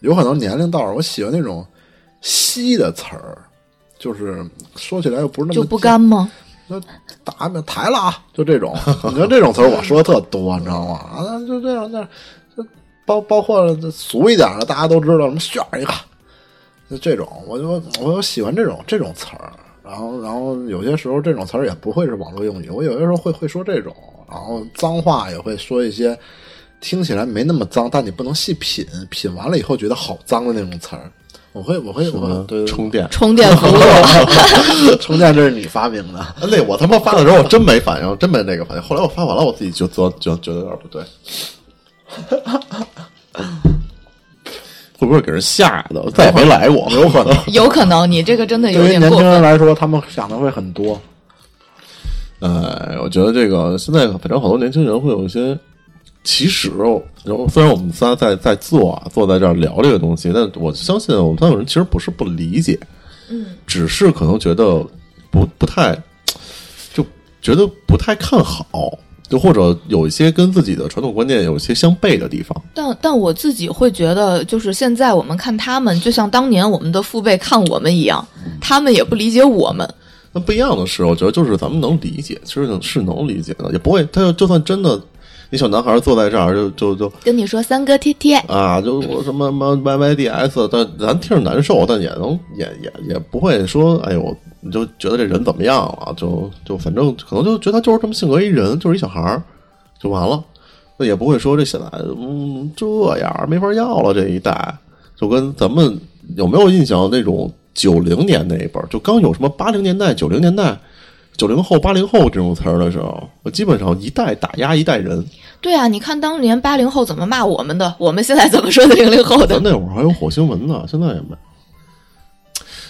有可能年龄到了，我喜欢那种稀的词儿，就是说起来又不是那么就不干吗？那打没抬了啊，就这种， 你看这种词儿我说的特多，你知道吗？啊，那就这样，那就包包括俗一点的，大家都知道什么炫一个，就这种，我就我就喜欢这种这种词儿。然后，然后有些时候这种词儿也不会是网络用语，我有些时候会会说这种，然后脏话也会说一些听起来没那么脏，但你不能细品，品完了以后觉得好脏的那种词儿，我会我会我会嗯对对 充电。充电服务，对充电这是你发明的。 那我他妈发的时候，我真没反应，真没那个反应。后来我发完了，我自己就觉觉觉得有点不对， 会不会给人吓的？我再也没来过，有可能。有可能你这个真的有对于点年过轻人分。来说，他们想的会很多。哎，我觉得这个现在反正好多年轻人会有一些其实哦，然后虽然我们仨在在坐啊坐在这儿聊这个东西，但我相信我们三有人其实不是不理解，嗯，只是可能觉得不不太就觉得不太看好，就或者有一些跟自己的传统观念有一些相悖的地方。但但我自己会觉得，就是现在我们看他们，就像当年我们的父辈看我们一样，他们也不理解我们。那不一样的是，我觉得就是咱们能理解，其实是能理解的，也不会他就算真的。那小男孩坐在这儿就就就跟你说三哥贴贴，啊，就我什么什么 YYDS，但咱听着难受，但也能也也也不会说，哎呦，你就觉得这人怎么样了？就就反正可能就觉得他就是这么性格一人，就是一小孩儿，就完了。那也不会说这现在嗯这样没法要了这一代，就跟咱们有没有印象那种九零年那一辈儿，就刚有什么八零年代、九零年代、九零后、八零后这种词儿的时候，我基本上一代打压一代人。对啊，你看当年八零后怎么骂我们的，我们现在怎么说的零零后的咱？那会儿还有火星文呢，现在也没。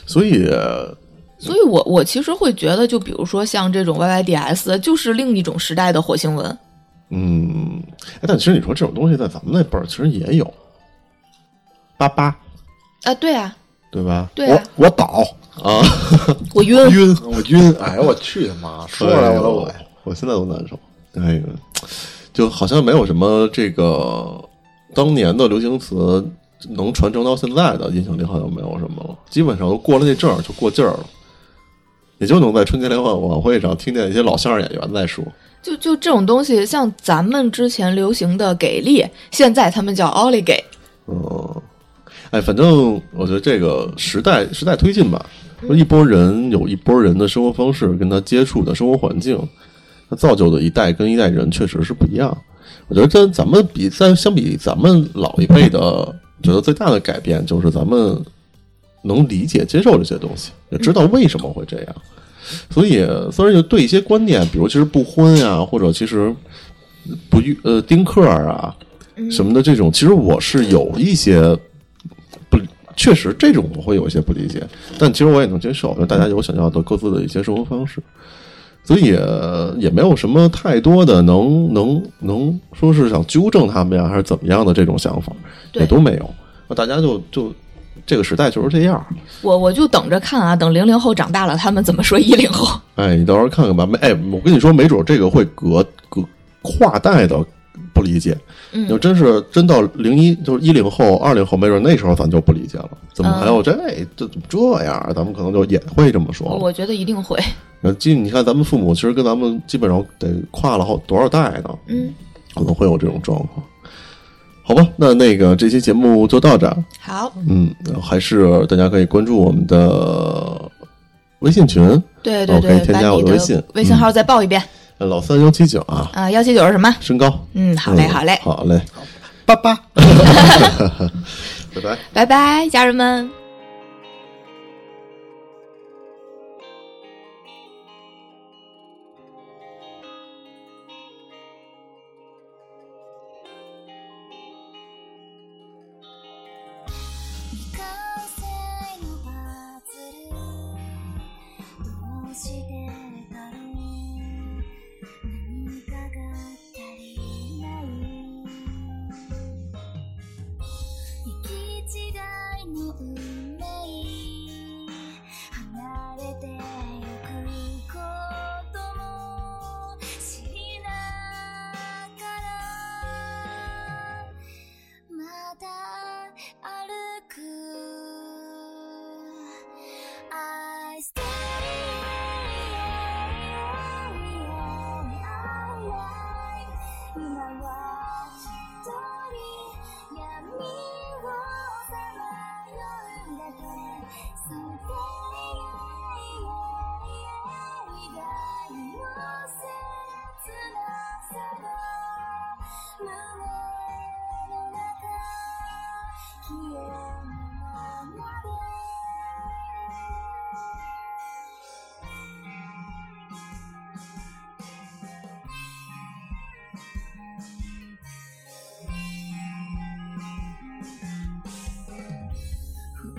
所以， 所以我我其实会觉得，就比如说像这种 YYDS，就是另一种时代的火星文。嗯，哎，但其实你说这种东西在咱们那辈儿其实也有，八八啊，对啊，对吧？对啊，嗯我我倒，啊，我晕，晕，我晕，哎呦我去他妈， 说出来我都恶哎呦我现在都难受。哎呦，就好像没有什么这个当年的流行词能传承到现在的影响力，好像没有什么了，基本上都过了那阵儿就过劲儿了。也就能在春节联欢晚会上听见一些老相声演员在说，就就这种东西，像咱们之前流行的给力，现在他们叫奥利给。嗯，哎，反正我觉得这个时代时代推进吧，一波人有一波人的生活方式，跟他接触的生活环境，他造就的一代跟一代人确实是不一样。我觉得跟咱们比，在相比咱们老一辈的，觉得最大的改变就是咱们能理解、接受这些东西，也知道为什么会这样。所以，虽然就对一些观念，比如其实不婚呀、或者其实不育呃丁克儿啊什么的这种，其实我是有一些不，确实这种我会有一些不理解，但其实我也能接受，就大家有想要的各自的一些生活方式，所以呃也没有什么太多的能能能说是想纠正他们呀，还是怎么样的这种想法，对也都没有。那大家就就这个时代就是这样，我我就等着看啊，等零零后长大了，他们怎么说一零后？哎，你到时候看看吧。没，哎，我跟你说，没准这个会隔隔跨代的不理解。嗯要真是真到零一，就是一零后、二零后，没准那时候咱就不理解了。怎么还嗯有这、哎这怎么这样？咱们可能就也会这么说了。我觉得一定会。呃，基你看，咱们父母其实跟咱们基本上得跨了好多少代呢？嗯，可能会有这种状况。好吧，那那个这期节目就到这儿。好，嗯，还是大家可以关注我们的微信群，对对哦对可以，添把加我你的微信嗯微信号再报一遍呃老三幺七九啊，啊，幺七九是什么？身高。嗯，好嘞，嗯好嘞，好嘞，拜拜。拜拜。拜拜，家人们。未完成のパズルどうしてだろう何かが足りない行き違いの運命離れてゆくことも知らなからまだ歩く I stay on my life 今は一人闇をさまようんだけ So stay on my life 愛の切なさが胸の中消えぬままで不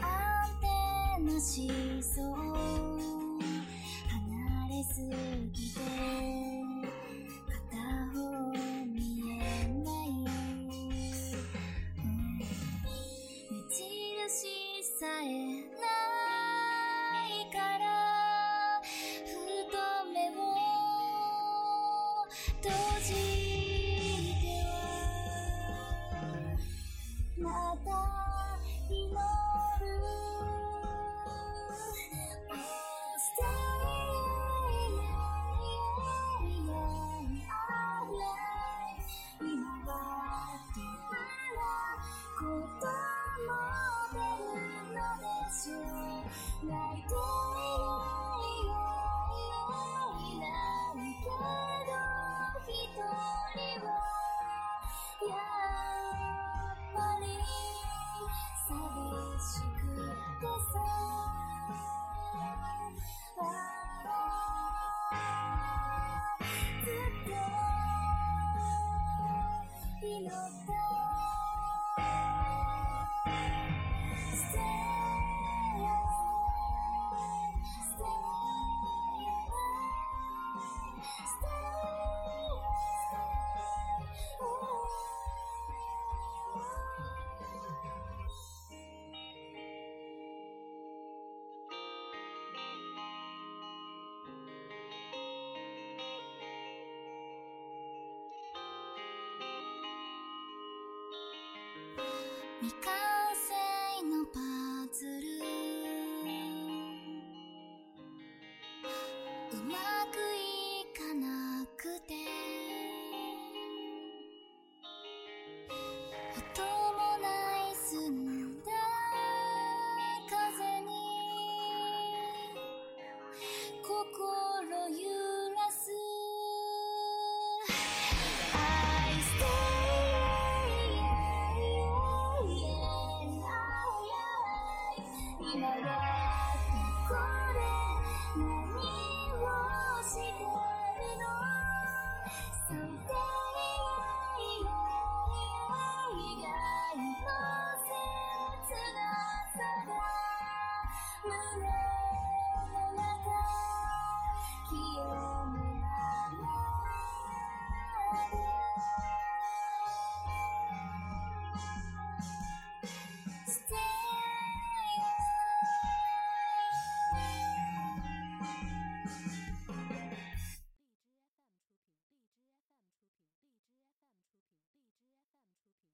安定な思想離れすぎて片方見えないうん目印さえないからふと目を閉じてはまた祈る I'll stay young, young, our life 今はどんなことも出るのでしょう Like day, y なんけど一人はやっぱり寂しくてさああずっと祈った「Stay alive, stay alive, stay alive."「未完成のパズル」「うまくいかなくて」「音もない澄んだ風に」ならここで何をして